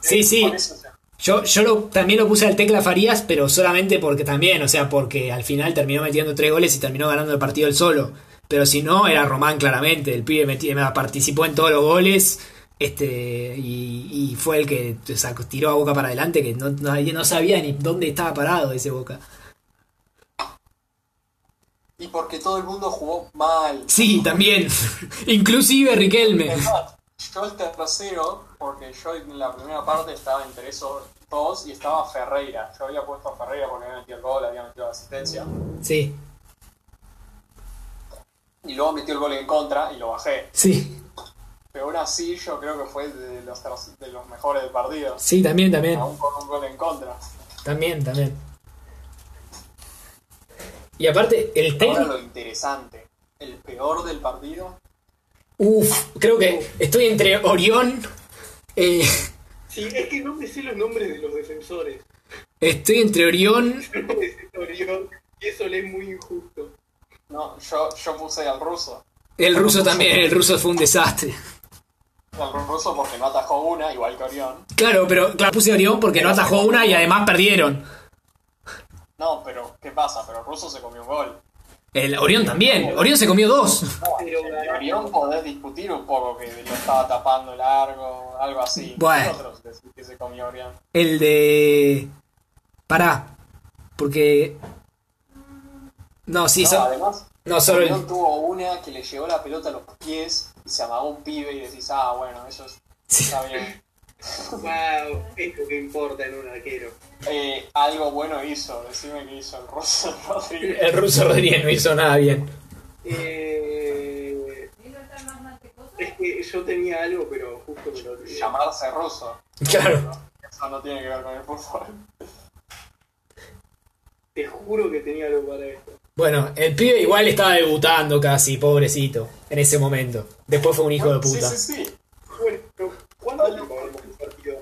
sí, sí, Por eso, o sea, yo, yo lo- también lo puse al Tecla Farías, pero solamente porque también, o sea, porque al final terminó metiendo tres goles y terminó ganando el partido él solo. Pero si no, era Román claramente, el pibe meti- participó en todos los goles este y, y fue el que o sea, tiró a Boca para adelante, que no, nadie- no sabía ni dónde estaba parado ese Boca. Y porque todo el mundo jugó mal. Sí, también, inclusive Riquelme. Es más, yo el tercero, porque yo en la primera parte estaba entre esos dos y estaba Ferreira. Yo había puesto a Ferreira porque había metido el gol, había metido la asistencia. Sí, Y luego metió el gol en contra y lo bajé. sí, Pero aún así yo creo que fue de los, ter- de los mejores del partido. sí, también, también, Aún con un gol en contra. también, también. Y aparte, el Ahora técnico... lo interesante. El peor del partido. Uf, creo que estoy entre Orión. eh, Sí, es que no me sé los nombres de los defensores. estoy entre Orión. No me sé Orión, y eso le es muy injusto. No, yo, yo puse al ruso. El ruso también, el ruso fue un desastre. Al ruso porque no atajó una, igual que Orión. Claro, pero claro, puse Orión porque no atajó una y además perdieron. No, pero ¿qué pasa? Pero el ruso se comió un gol. El Orión también. Orión se comió dos. No, Pero el ganó. Orión podés discutir un poco que lo estaba tapando largo, algo así. Bueno. ¿Qué otros decís que se comió Orión? El de. Pará. Porque. No, sí, No, so- además, no, solo el- Orión tuvo una que le llegó la pelota a los pies y se amagó un pibe y decís, ah, bueno, eso es- Sí. está bien. Wow, es lo que importa en un arquero. Eh, algo bueno hizo, decime que hizo el ruso Rodríguez. el ruso Rodríguez no hizo nada bien. Eh, es que yo tenía algo, pero justo me lo olvidé. Llamarse ruso. Claro. Eso no tiene que ver con el fútbol. Te juro que tenía algo para esto. Bueno, el pibe igual estaba debutando casi, pobrecito, en ese momento. Después fue un hijo de puta. Sí, sí, sí. Bueno, ¿cuánto tiempo vamos de partido?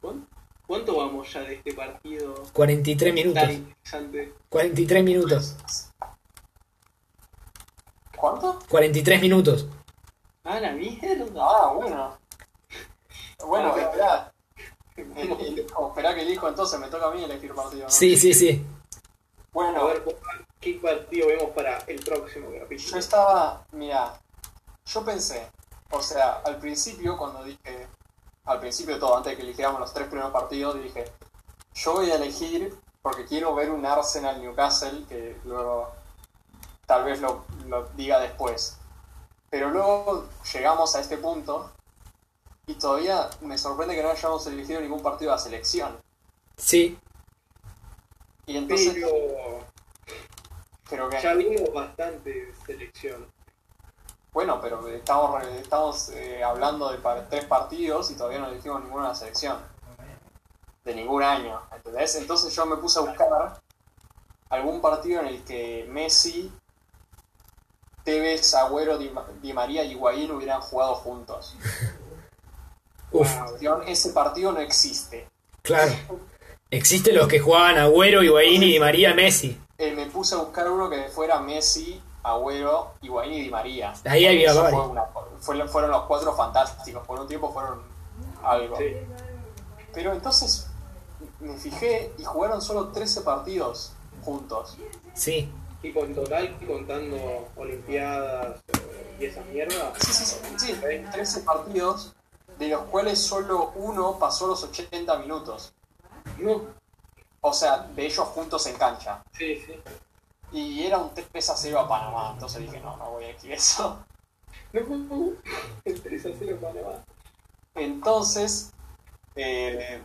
¿Cuán- ¿Cuánto vamos ya de este partido 43 minutos. tan interesante? 43 minutos. ¿Cuánto? 43 minutos. ¡Ah, la mierda! Ah, bueno. Bueno, Ah, esperá. El- el hijo, esperá que elijo, entonces me toca a mí elegir partido. ¿no? Sí, sí, sí. A Bueno, ver, ¿qué partido vemos para el próximo yo capítulo? estaba. Mira, yo pensé, o sea, al principio, cuando dije. Al principio de todo, antes de que eligiéramos los tres primeros partidos, dije: Yo voy a elegir porque quiero ver un Arsenal Newcastle, que luego tal vez lo, lo diga después. Pero luego llegamos a este punto y todavía me sorprende que no hayamos elegido ningún partido de la selección. Sí. Y entonces creo Pero que... ya vimos bastante selección. Bueno, pero estamos, re- estamos eh, hablando de par- tres partidos y todavía no elegimos ninguna de la selección. De ningún año, ¿entendés? Entonces yo me puse a buscar algún partido en el que Messi, Tevez, Agüero, Di, Ma- Di María y Higuaín hubieran jugado juntos. Uf, Wow. Ese partido no existe. claro. Existen los que jugaban Agüero, Higuaín y Di María Messi. Eh, me puse a buscar uno que fuera Messi, Agüero, Higuaín y Di María. Ahí había Eso varios. fue una- fue- fueron los cuatro fantásticos. Por un tiempo fueron algo. Sí. Pero entonces me fijé y jugaron solo 13 partidos juntos. Sí. Y con total, contando Olimpiadas eh, y esas mierdas, Sí, sí, sí, sí, 13 partidos, de los cuales solo uno pasó los 80 minutos. no. O sea, de ellos juntos en cancha. Sí, sí. Y era un 3 a 0 a Panamá, entonces dije, no, no voy a elegir eso. No, el 3 a 0 Panamá. Entonces, eh,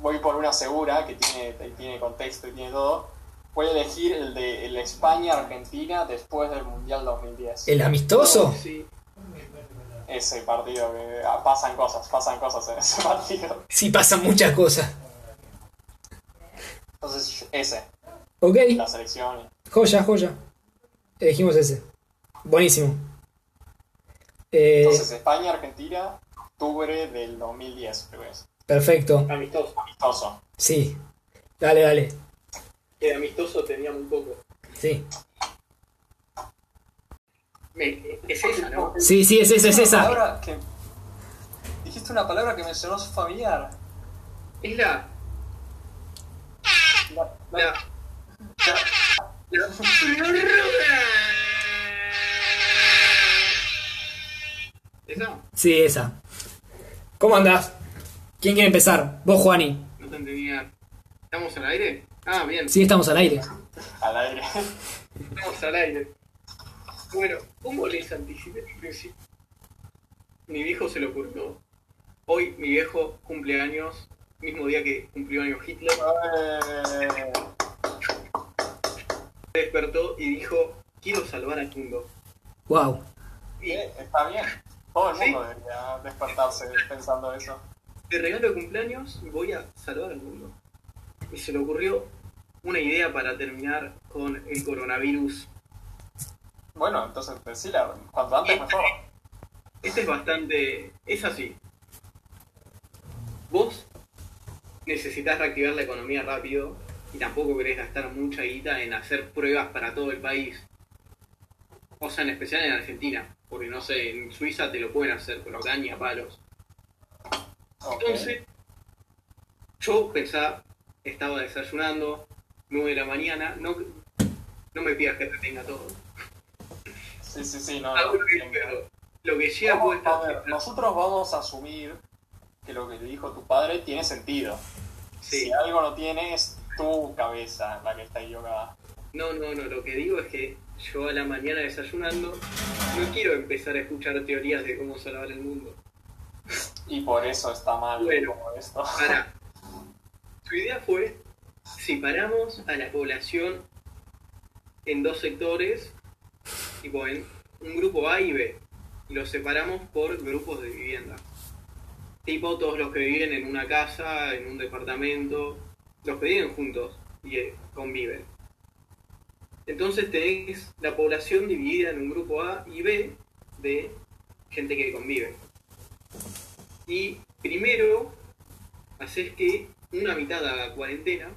voy por una segura que tiene, tiene contexto y tiene todo. Voy a elegir el de el España-Argentina después del Mundial 2010. ¿El amistoso? Sí, Ese partido, que ah, pasan cosas, pasan cosas en ese partido. Sí, pasan muchas cosas. Entonces, yo- ese, Ok, la selección. joya, joya. Elegimos ese. Buenísimo. Eh, Entonces, España-Argentina, octubre del 2010, creo que es. perfecto. amistoso. Amistoso. Sí. Dale, dale. El amistoso tenía muy poco. Sí. Me- es esa, ¿no? Sí, sí, es esa, es Una esa. palabra que- Dijiste una palabra que me sonó familiar. Es la. La- la- la. la- la ¿Esa? Sí, esa. ¿Cómo andás? ¿Quién quiere empezar? Vos, Juani. No te entendía. ¿Estamos al aire? Ah, bien. Sí, estamos al aire. al aire. Estamos al aire. Bueno, ¿cómo les anticipé al principio? Mi viejo se lo ocurrió. Hoy mi viejo cumple años, mismo día que cumplió años Hitler. Eh, Se despertó y dijo, quiero salvar al mundo. Wow. Y Eh, Está bien. Todo el mundo debería despertarse pensando eso. de regalo de cumpleaños voy a salvar al mundo. Y se le ocurrió una idea para terminar con el coronavirus. Bueno, entonces decíla, cuanto antes mejor. Este es bastante... es así. Vos necesitas reactivar la economía rápido y tampoco querés gastar mucha guita en hacer pruebas para todo el país. O sea, en especial en Argentina, porque no sé, en Suiza te lo pueden hacer, pero acá ni a palos. Ok. Entonces, yo pensaba, estaba desayunando, 9 de la mañana, no, no me pidas que te tenga todo. Sí, sí, sí, no. no, Hago lo que Ah, bien. puedo. Lo que llega puede Vamos, estar. a ver, nosotros vamos a asumir que lo que te dijo tu padre tiene sentido. Sí. Si algo no tiene, es tu cabeza la que está equivocada. No, no, no, lo que digo es que yo a la mañana desayunando no quiero empezar a escuchar teorías de cómo salvar el mundo. Y por eso está mal Bueno. como esto. Para. Tu idea fue, si paramos a la población en dos sectores, tipo en un grupo A y B, y los separamos por grupos de vivienda. Tipo todos los que viven en una casa, en un departamento, los que viven juntos y eh, conviven. Entonces tenés la población dividida en un grupo A y B de gente que convive. Y primero haces que una mitad haga cuarentena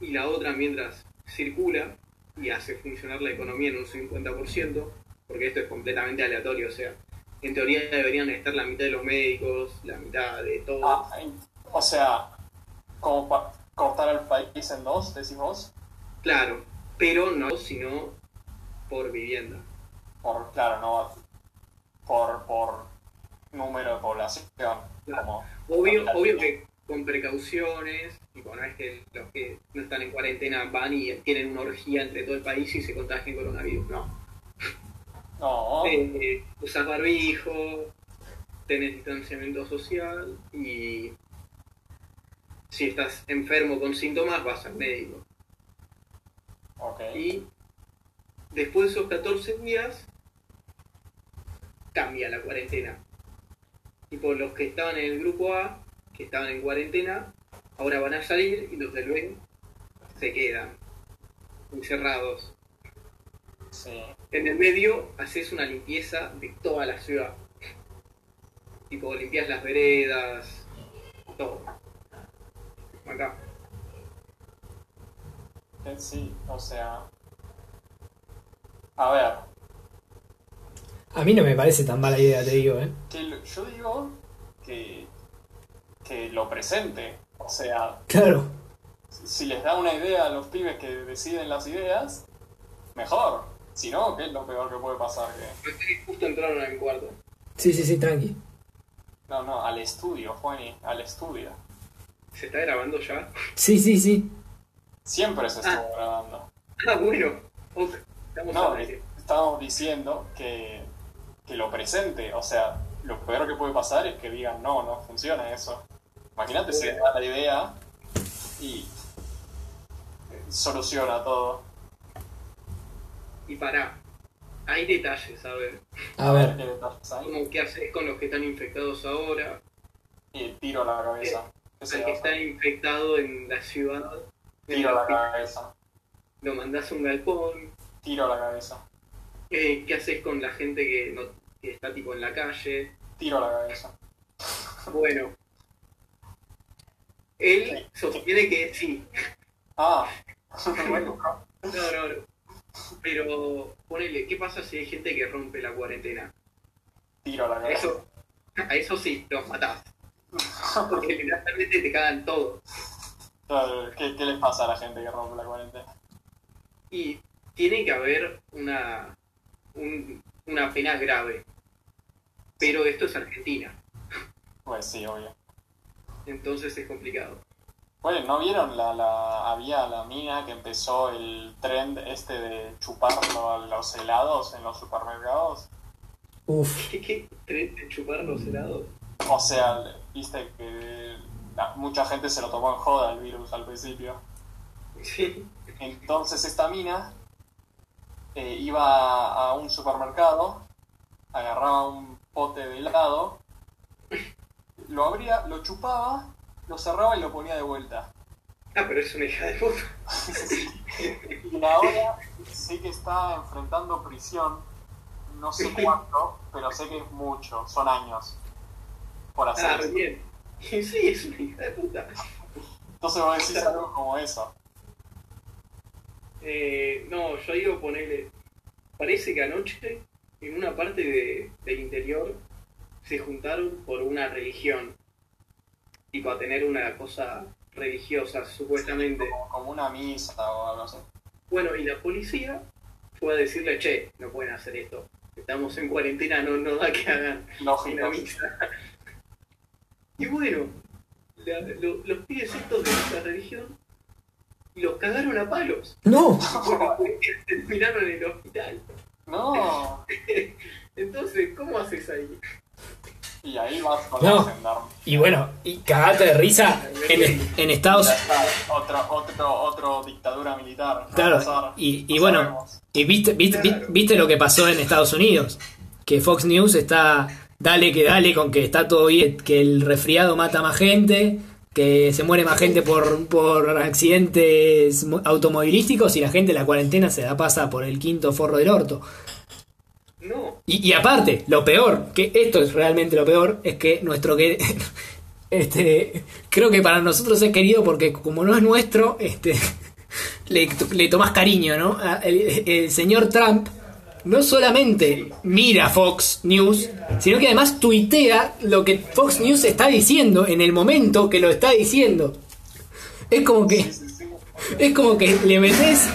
y la otra mientras circula y hace funcionar la economía en un 50%, porque esto es completamente aleatorio, o sea, en teoría deberían estar la mitad de los médicos, la mitad de todo. Ah, en- o sea, como pa- cortar al país en dos, decís vos. Claro, pero no sino por vivienda. Por, claro, no. Por, por número de población. Como, Obvio, obvio que con precauciones, tipo, no es que los que no están en cuarentena van y tienen una orgía entre todo el país y se contagian coronavirus, no. no, Eh, usas barbijo, tenés distanciamiento social y si estás enfermo con síntomas vas al médico. ok. Y después de esos 14 días, cambia la cuarentena. Y por los que estaban en el grupo A, que estaban en cuarentena, ahora van a salir y los del B se quedan encerrados. Sí. En el medio haces una limpieza de toda la ciudad. Tipo, limpias las veredas, todo. Acá. Eh, Sí, o sea. A ver, A mí no me parece tan mala idea, te digo, ¿eh? que lo- yo digo que, que lo presente. O sea, Claro. si- si les da una idea a los pibes que deciden las ideas, mejor. Si no, ¿qué es lo peor que puede pasar? Que... Justo entraron a mi cuarto. Sí, sí, sí, tranqui. No, no, al estudio, Juani, al estudio. ¿Se está grabando ya? Sí, sí, sí. Siempre se estuvo grabando. Ah, bueno. Ok, Estamos No, eh. al aire. estábamos diciendo que, que lo presente, o sea, lo peor que puede pasar es que digan, no, no funciona eso. Imagínate si da la idea y eh, soluciona todo. Y pará, hay detalles, a ver. A ver, ¿Qué detalles hay? Como qué haces con los que están infectados ahora, Y Eh, tiro a la cabeza. ¿Qué se al que hace? está infectado en la ciudad, en Tiro a la la- cabeza. lo mandás a un galpón, Tiro a la cabeza. eh, qué haces con la gente que, no, que está tipo en la calle. Tiro a la cabeza. Bueno, él sostiene que sí, Ah, bueno. No, no, no. Pero ponele, ¿qué pasa si hay gente que rompe la cuarentena? Tiro a la A cabeza. eso, a eso sí, los matás. Porque literalmente te cagan todo. Claro, ¿Qué, ¿Qué les pasa a la gente que rompe la cuarentena? Y tiene que haber una, un- una pena grave. Pero esto es Argentina, Pues sí, obvio. entonces es complicado. Bueno, ¿no vieron la, la había la mina que empezó el trend este de chupar lo- los helados en los supermercados? uff, ¿Qué, qué? ¿Tres de chupar los helados? O sea, viste que la- mucha gente se lo tomó en joda el virus al principio. Sí. Entonces esta mina eh, iba a un supermercado, agarraba un pote de helado, lo abría, lo chupaba, lo cerraba y lo ponía de vuelta. Ah, pero es una hija de puta. Y ahora sé que está enfrentando prisión, no sé cuánto, pero sé que es mucho, son años por hacer Ah, eso. bien. Y sí, es una hija de puta. Entonces vos decís algo como eso. Eh, no, yo digo ponerle. Parece que anoche, en una parte de- del interior, se juntaron por una religión. Tipo, a tener una cosa religiosa, supuestamente. Como, como una misa o algo así. Bueno, y la policía fue a decirle, che, no pueden hacer esto. Estamos en cuarentena, no, no da que hagan Lógico. una misa. Y bueno, la- lo- los pibes estos de esta religión los cagaron a palos. no, Terminaron en el hospital. No. Entonces, ¿cómo haces ahí? Y ahí vas con No. los gendarmes. y bueno, y cagate de risa en, en Estados Ya está, otro, otro, otro dictadura militar. ¿no? Claro, Pasar, y, y no bueno, sabemos. y viste, viste, vi- Claro. viste lo que pasó en Estados Unidos, que Fox News está, dale que dale, con que está todo bien, que el resfriado mata más gente, que se muere más gente por, por accidentes mo- automovilísticos y la gente en la cuarentena se la pasa por el quinto forro del orto. No, Y, y aparte, lo peor, que esto es realmente lo peor, es que nuestro que... Este, creo que para nosotros es querido porque como no es nuestro, este, le, le tomás cariño, ¿no? A- El, el señor Trump no solamente mira Fox News, sino que además tuitea lo que Fox News está diciendo en el momento que lo está diciendo. Es como que... Sí, sí, sí. Es como que le metes.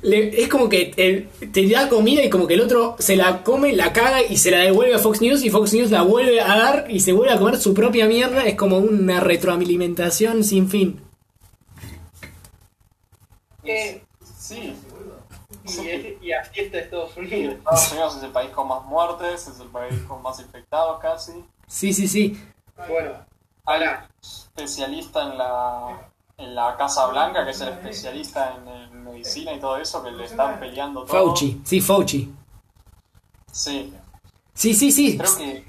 le- es como que el- te da comida y como que el otro se la come, la caga y se la devuelve a Fox News y Fox News la vuelve a dar y se vuelve a comer su propia mierda. Es como una retroalimentación sin fin. Eh. Sí, y, es- y así está Estados Unidos. Estados Unidos es el país con más muertes, es el país con más infectados casi. Sí, sí, sí. Bueno, ahora, Especialista en la, en la Casa Blanca, que es el especialista en, en medicina y todo eso, que le están peleando todo. Fauci. Sí, Fauci. Sí, Sí, sí, sí. creo que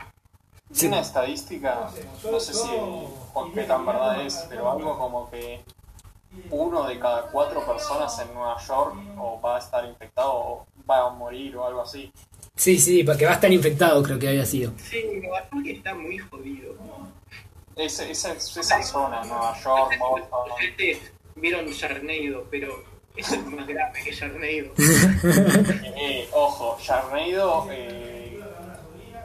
tiene una estadística, no sé si o qué tan verdad es, pero algo como que uno de cada cuatro personas en Nueva York o va a estar infectado o va a morir o algo así. Sí, sí, porque va a estar infectado, creo que había sido. sí, Nueva York está muy jodido. Ese- esa, esa zona, Nueva York, Boston. Ustedes vieron Sharnado, pero eso es más grave que Sharnado. Eh, ojo, Sharnado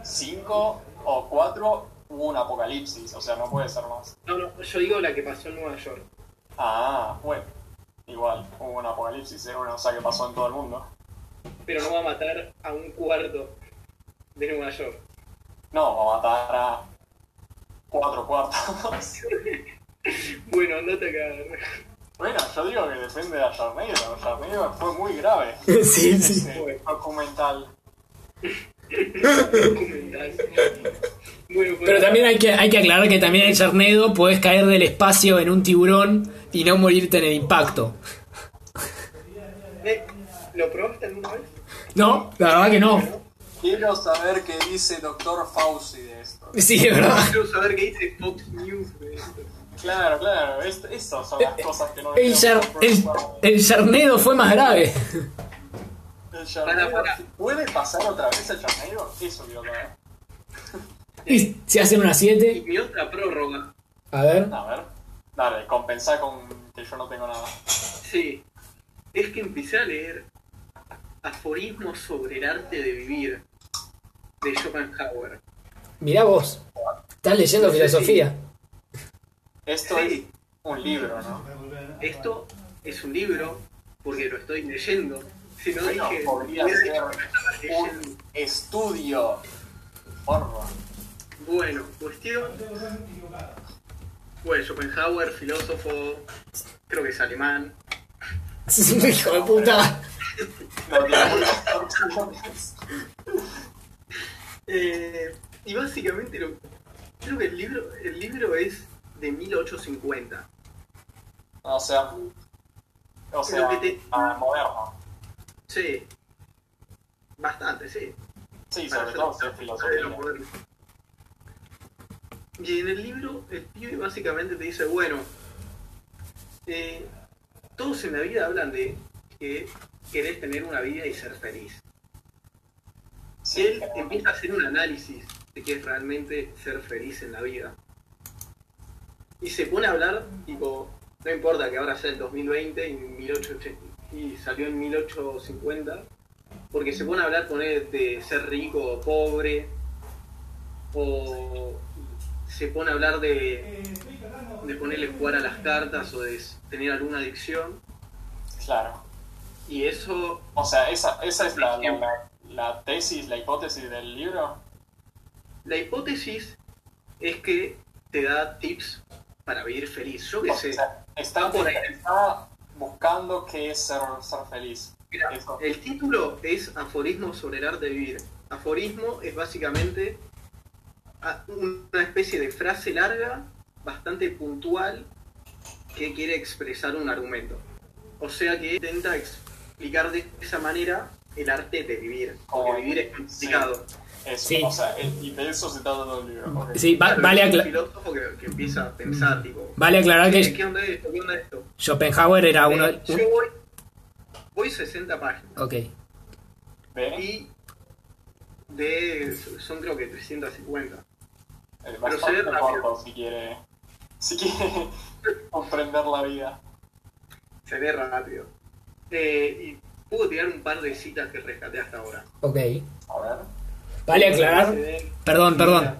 5 eh, o 4 hubo un apocalipsis, o sea, no puede ser más. No, no, yo digo la que pasó en Nueva York. Ah, bueno, igual, hubo un apocalipsis, es una cosa que pasó en todo el mundo. Pero no va a matar a un cuarto de Nueva York. No, va a matar a cuatro cuartos. Bueno, andate a cagar. bueno, yo digo que depende de Sharnado. Sharnado fue muy grave. Sí, sí. Ese documental. Documental. pues, también hay que, hay que aclarar que también en Charnedo puedes caer del espacio en un tiburón y no morirte en el impacto. Eh, ¿Lo probaste alguna vez? No, la verdad que no. Quiero saber qué dice Doctor Fauci de esto. Sí, es verdad. Quiero saber qué dice Fox News de esto. Claro, claro, es- esas son las cosas que no El, debemos char- el, preocuparnos. el Charnedo fue más grave. El charnero, Pará, pará. ¿Puede pasar otra vez el charnero? Eso quiero saber. Y se hacen una Y 7. mi otra prórroga. A ver. A ver, dale, compensá con que yo no tengo nada. Sí. Es que empecé a leer aforismos sobre el arte de vivir de Schopenhauer. Mirá vos. Estás leyendo Sí, sí, sí. filosofía. Esto Sí. es un libro, ¿no? Esto es un libro porque lo estoy leyendo. Si no Bueno, dije, podría hubiese ser dicho que estaba leyendo. Un estudio. Porfa. Bueno, cuestión. Bueno, Schopenhauer, filósofo, creo que es alemán. Hijo de puta. No, no, no. Eh, y básicamente lo- creo que el libro, el libro es de 1850. O sea, o sea, Creo que te- ah, moderno. Sí. Bastante, sí. Sí, Para sobre ser- todo si es para ser lo filosofía. moderno. Y en el libro, el pibe básicamente te dice, bueno, eh, todos en la vida hablan de que querés tener una vida y ser feliz. Sí, Él pero- empieza a hacer un análisis de qué es realmente ser feliz en la vida. Y se pone a hablar, tipo, no importa que ahora sea el 2020 y, 1880 y salió en 1850, porque se pone a hablar con él de ser rico o pobre, o se pone a hablar de, de ponerle jugar a las cartas o de s- tener alguna adicción, Claro. y eso O sea, esa, esa es la, la, la- la tesis, la hipótesis del libro. La hipótesis es que te da tips para vivir feliz. Yo qué O sé. sea, está, Ah, Por ahí. está buscando qué es ser, ser feliz. Mira, Eso. el título es Aforismo sobre el arte de vivir. Aforismo es básicamente a- una especie de frase larga, bastante puntual, que quiere expresar un argumento. O sea que intenta explicar de esa manera el arte de vivir. Como- Porque vivir es complicado. Eso, Sí. O sea, el- y de eso se trata todo el libro. ok. Sí, va- Claro, vale, es un acla- Mm. filósofo que, que empieza a pensar, tipo, vale aclarar "Eh, que ¿qué onda esto? ¿Qué onda esto? Schopenhauer era uno. Eh, yo voy, voy 60 páginas Ok. ¿Ve? y de son creo que 350. Eh, se ve Bastante rápido. corto si quiere, si quiere comprender la vida. Se ve rápido. Eh, y puedo tirar un par de citas que rescaté hasta ahora. Ok. A ver. Vale Se aclarar. ven- Perdón, perdón.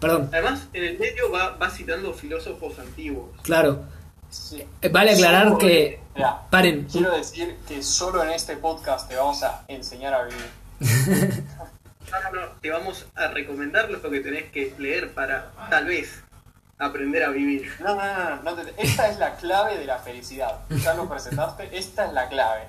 Perdón. Además, en el medio va, va citando filósofos antiguos. Claro. Sí. Eh, Vale aclarar que. Mirá, Paren. quiero decir que solo en este podcast te vamos a enseñar a vivir. No, no, no, te vamos a recomendar lo que tenés que leer para tal vez aprender a vivir. No, no, no, no, no te- esta es la clave de la felicidad. Ya lo presentaste, esta es la clave.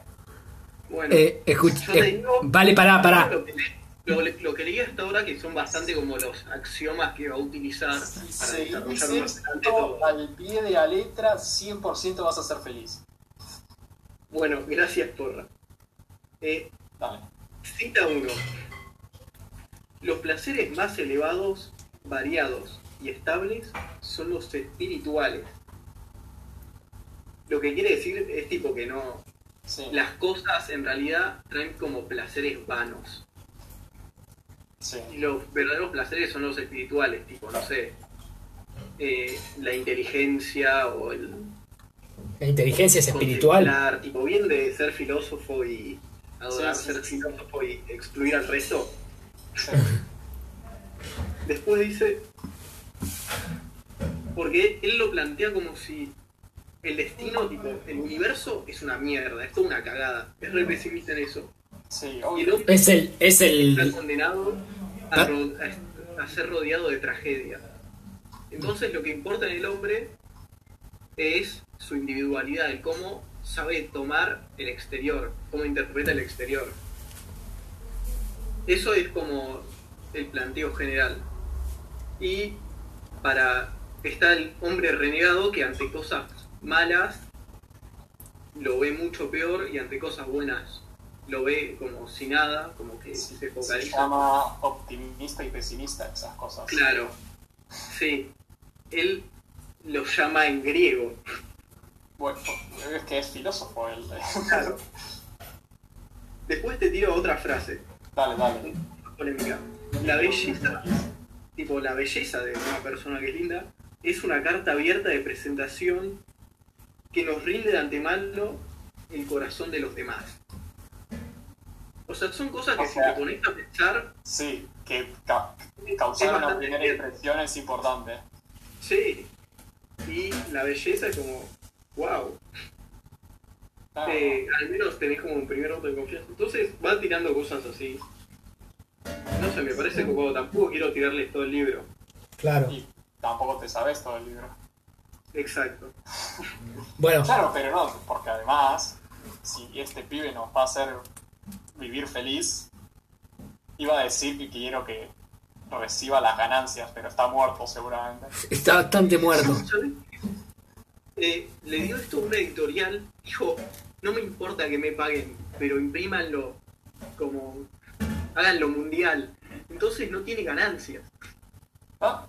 Bueno, Eh, escuch- yo te eh, digo- vale, pará, pará. Lo que, le- lo, le- lo que leí hasta ahora que son bastante como los axiomas que va a utilizar Si para desarrollar seguís más adelante esto todo. al pie de la letra, 100% vas a ser feliz. Bueno, gracias por... Eh, Dale. cita 1. Los placeres más elevados, variados y estables son los espirituales. Lo que quiere decir es tipo que no... Sí, Las cosas en realidad traen como placeres vanos. Y sí. los verdaderos placeres son los espirituales, tipo, no sé, eh, la inteligencia o el La inteligencia es espiritual. contemplar, tipo, bien de ser filósofo y adorar Sí, sí, ser sí. filósofo y excluir al resto. sí. Después dice, porque él lo plantea como si el destino, tipo, el universo es una mierda, es toda una cagada, es re pesimista en eso. Sí, Y obvio. el hombre Es el. Es está el. condenado a, Ah. ro- a- a ser rodeado de tragedia. Entonces lo que importa en el hombre es su individualidad, el cómo sabe tomar el exterior, cómo interpreta el exterior. Eso es como el planteo general. Y para está el hombre renegado que ante cosas malas lo ve mucho peor y ante cosas buenas lo ve como si nada, como que se Se focaliza. llama optimista y pesimista esas cosas. Claro, sí. Él lo llama en griego. Bueno, es que es filósofo él. Claro. Después te tiro otra frase. dale, dale. polémica. La belleza, tipo la belleza de una persona que es linda, es una carta abierta de presentación que nos rinde de antemano el corazón de los demás. O sea, son cosas que O si sea, te pones a pensar, Sí, que ca- es causar una bastante primera cierto. impresión es importante. Sí. Y la belleza es como, wow. Claro. Eh, al menos tenés como un primer voto de confianza. Entonces va tirando cosas así. No sé, me parece como tampoco quiero tirarles todo el libro. Claro. Y tampoco te sabes todo el libro. Exacto. Bueno, Claro, pero no, porque además, si este pibe nos va a hacer vivir feliz, iba a decir que quiero que reciba las ganancias, pero está muerto seguramente. está bastante muerto. ¿Sabes? Eh, le dio esto a una editorial, dijo, no me importa que me paguen, pero imprímanlo como, háganlo mundial. Entonces no tiene ganancias. ¿Ah?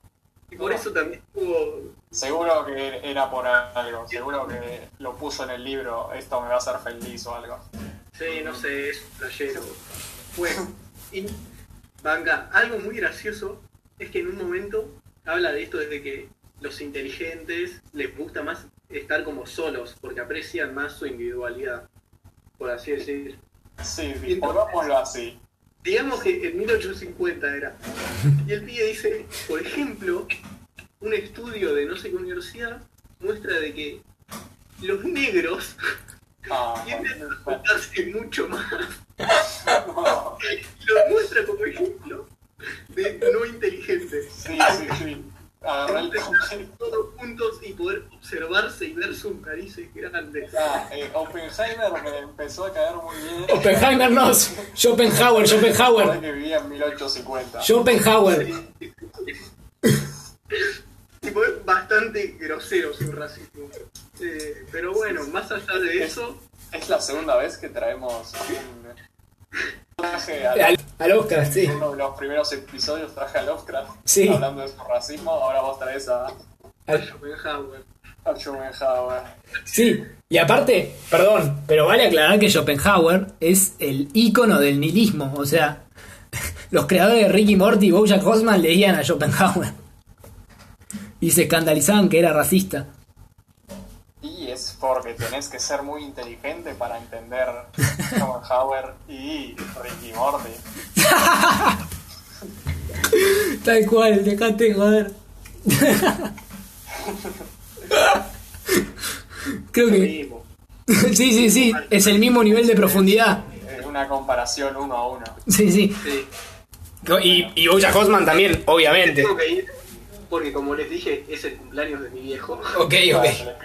Y por eso también tuvo... Seguro que era por algo, seguro que lo puso en el libro, esto me va a hacer feliz o algo. Sí, no sé, es un playero. Bueno, y Vanga, algo muy gracioso es que en un momento habla de esto desde que los inteligentes les gusta más estar como solos, porque aprecian más su individualidad, por así decir. Sí, sí, pongámoslo así. Digamos que en 1850 era. Y el pibe dice, por ejemplo, un estudio de no sé qué universidad muestra de que los negros Ah, tienden a bueno. juntarse mucho más. Lo muestra como ejemplo de no inteligente. Sí, sí, sí. Agarré el Estar todos juntos y poder observarse y ver sus narices grandes. Ah, eh, Oppenheimer me empezó a caer muy bien. Oppenheimer no. Schopenhauer, Ahora Schopenhauer. que vivía en 1850. Schopenhauer. Tipo, es bastante grosero su racismo. Eh, pero bueno, más allá de eso, Es la segunda vez que traemos un traje a Al, al Oscar, sí. uno de los primeros episodios traje a Lovecraft Sí. hablando de su racismo, ahora vos traes a, Al- Schopenhauer. a Schopenhauer. sí. Y aparte, perdón, pero vale aclarar que Schopenhauer es el ícono del nihilismo. O sea, los creadores de Ricky Morty y Bojack Horseman leían a Schopenhauer. Y se escandalizaban que era racista. Y es porque tenés que ser muy inteligente para entender Schopenhauer y Ricky Morty. Tal cual, dejate joder. Creo que. Mismo. Sí, sí, sí. Es el mismo nivel de profundidad. Eh, Una comparación uno a uno. Sí, sí. Sí. Y, y Bojack Horseman también, obviamente. Tengo que ir, porque como les dije, es el cumpleaños de mi viejo. Ok, ok.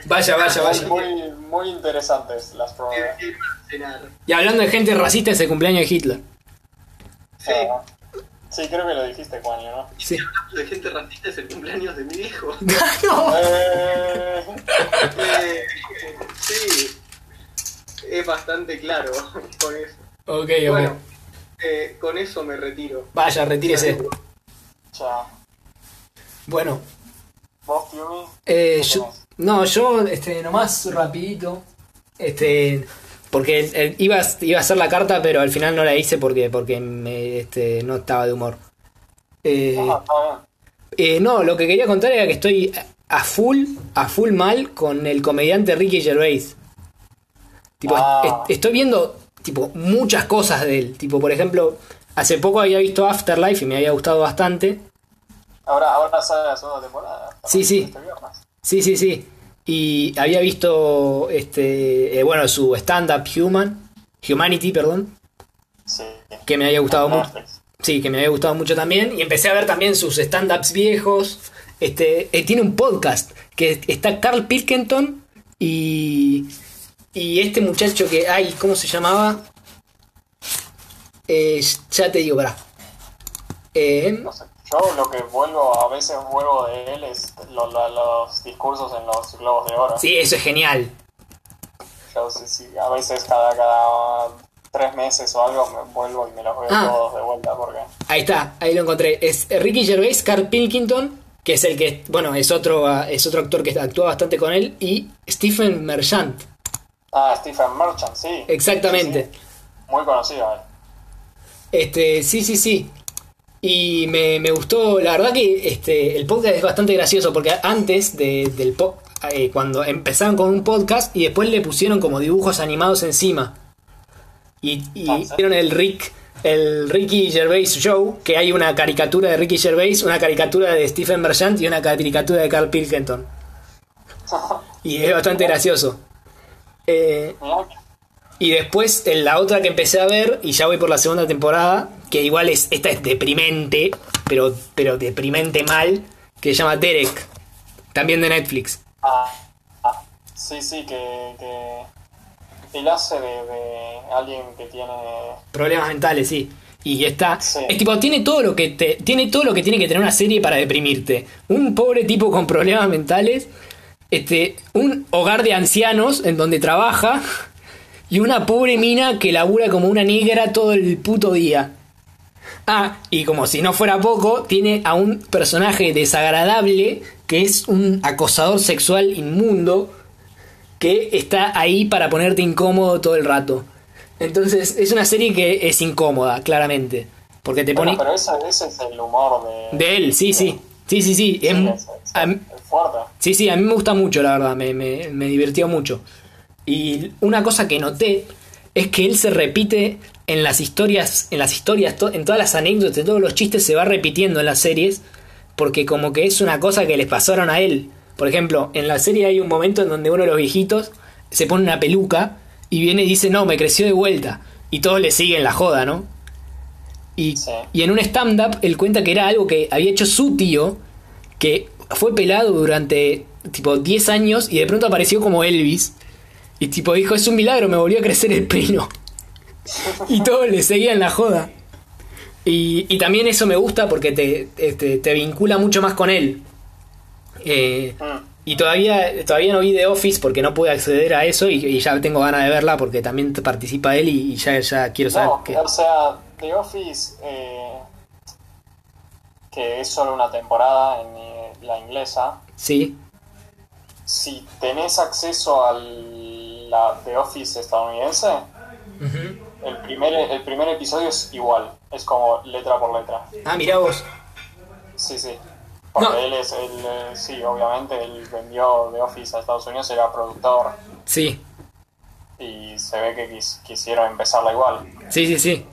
Vaya, vaya, vaya. Muy, muy interesantes las pruebas. Tiene que ir a Eh, cenar. Y hablando de gente racista, es el cumpleaños de Hitler. Sí, Ah, sí, creo que lo dijiste, Juan, ¿no? Sí. hablando de gente racista, es el cumpleaños de mi viejo. No. Eh, Eh, sí, es bastante claro con eso. Ok, Bueno, ok. eh, con eso me retiro. Vaya, retírese. ya. Bueno, ¿Vos, Tiumi? Eh, yo, no, yo, este, nomás rapidito, este, porque eh, iba, a- iba a hacer la carta, pero al final no la hice porque, porque me, este, no estaba de humor. Eh, Ah, ah, eh, no, lo que quería contar era que estoy a a full, a full mal con el comediante Ricky Gervais. Tipo, Ah. est- estoy viendo, tipo, muchas cosas de él. Tipo, por ejemplo, hace poco había visto Afterlife y me había gustado bastante. ahora, ahora sale la segunda temporada. Sí, sí. Este viernes. Sí, sí, sí. Y había visto este eh, bueno, su stand up Human, Humanity, perdón, Sí. que me había gustado mucho. Netflix. Sí, que me había gustado mucho también y empecé a ver también sus stand ups viejos. Este, eh, tiene un podcast que está Carl Pilkington y y este muchacho que ay, ¿cómo se llamaba? Eh, ya te digo, pará. Eh, No sé, yo lo que vuelvo, a veces vuelvo de él es lo- lo- los discursos en los globos de oro. sí, eso es genial. Yo sí, sí, a veces cada, cada tres meses o algo me vuelvo y me los veo Ah. todos de vuelta porque... Ahí está, ahí lo encontré. Es Ricky Gervais, Carl Pilkington, que es el que, bueno, es otro, ah, es otro actor que actúa bastante con él, y Stephen Merchant. Ah, Stephen Merchant, sí. Exactamente. Sí, sí. Muy conocido eh. él. Este, sí, sí, sí. Y me, me gustó, la verdad que este, el podcast es bastante gracioso porque antes de- del po- eh, cuando empezaron con un podcast y después le pusieron como dibujos animados encima. Y, y Ah, sí. hicieron el Rick, el Ricky Gervais Show, que hay una caricatura de Ricky Gervais, una caricatura de Stephen Merchant y una caricatura de Carl Pilkington. Y es bastante gracioso. Eh, Mirá, y después en la otra que empecé a ver, y ya voy por la segunda temporada, que igual es, esta es deprimente, pero, pero deprimente mal, que se llama Derek, también de Netflix. ah, ah, sí, sí, que, que él hace de, de alguien que tiene... Problemas mentales, sí. Y está. Sí. Es tipo, tiene todo lo que te, tiene todo lo que tiene que tener una serie para deprimirte. Un pobre tipo con problemas mentales, este, un hogar de ancianos en donde trabaja, y una pobre mina que labura como una negra todo el puto día. Ah, y como si no fuera poco, tiene a un personaje desagradable que es un acosador sexual inmundo que está ahí para ponerte incómodo todo el rato. Entonces, es una serie que es incómoda, claramente. Porque te Bueno, pone... pero ese, ese es el humor de... De él, sí, sí. Sí, sí, sí. Sí, Es, es- es- a mí- es fuerte. Sí, sí, a mí me gusta mucho, la verdad, me, me- me divirtió mucho. Y una cosa que noté es que él se repite en las historias, en las historias, to- en todas las anécdotas, en todos los chistes se va repitiendo en las series, porque como que es una cosa que les pasaron a él. Por ejemplo, en la serie hay un momento en donde uno de los viejitos se pone una peluca y viene y dice, no, me creció de vuelta. Y todos le siguen la joda, ¿no? Y, Sí. y en un stand-up él cuenta que era algo que había hecho su tío, que fue pelado durante tipo 10 años y de pronto apareció como Elvis. Y tipo dijo, es un milagro, me volvió a crecer el pelo. y todos le seguían la joda. Y, y también eso me gusta porque te, este, te vincula mucho más con él. Eh, Mm. y todavía, todavía no vi The Office porque no pude acceder a eso y, y ya tengo ganas de verla porque también participa él y, y ya, ya quiero saber No, qué- o sea, The Office, eh, que es solo una temporada en eh, la inglesa, Sí, si tenés acceso a la The Office estadounidense, el, primer, el primer episodio es igual, es como letra por letra. Ah, mirá vos. Sí, sí. Porque No. él es, él, eh, sí, obviamente, él vendió The Office a Estados Unidos, era productor Sí, y se ve que quis- quisieron empezarla igual. sí, sí, sí.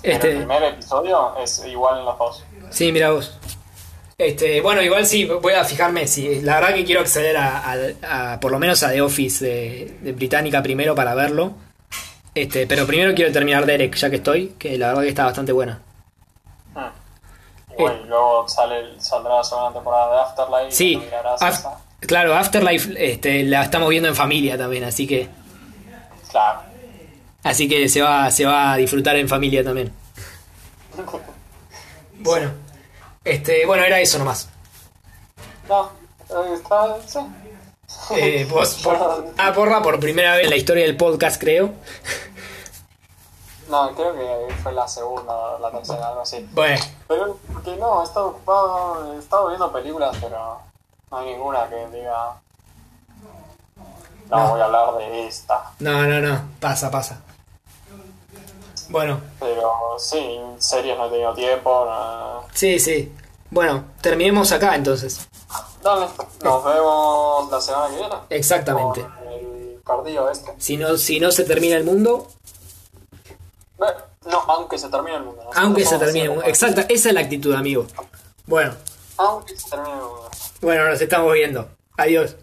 Pero el Este, primer episodio es igual en los dos. sí, mirá vos. Este, bueno, igual sí, voy a fijarme si. La verdad que quiero acceder a, a- a- por lo menos a The Office de, de Británica primero para verlo. Este, pero primero quiero terminar Derek, ya que estoy, que la verdad que está bastante buena. Mm. Igual, Ah. Eh. y luego sale, saldrá la segunda temporada de Afterlife. y Sí, lo mirarás af- esa. claro, Afterlife este, la estamos viendo en familia también, así que Claro. así que se va, se va a disfrutar en familia también. Bueno, este, bueno, era eso nomás. No, eh, está, sí. Eh, vos, por- ah, porra, por primera vez en la historia del podcast, creo. No, creo que fue la segunda, la tercera, algo así. Bueno, Pero que no, he estado ocupado, he estado viendo películas, pero no hay ninguna que diga. No, No. voy a hablar de esta. no, no, no, pasa, pasa. Bueno, Pero sí, series no he tenido tiempo. no- sí, sí. Bueno, terminemos acá entonces. Dale, nos vemos la semana que viene. Exactamente. Con el cardillo este. Si no, si no se termina el mundo, Ve- No, aunque se termine el mundo. nosotros aunque se somos termine el mundo. siempre- Exacta, esa es la actitud, amigo. Bueno, Aunque se termine el mundo. bueno, nos estamos viendo. Adiós.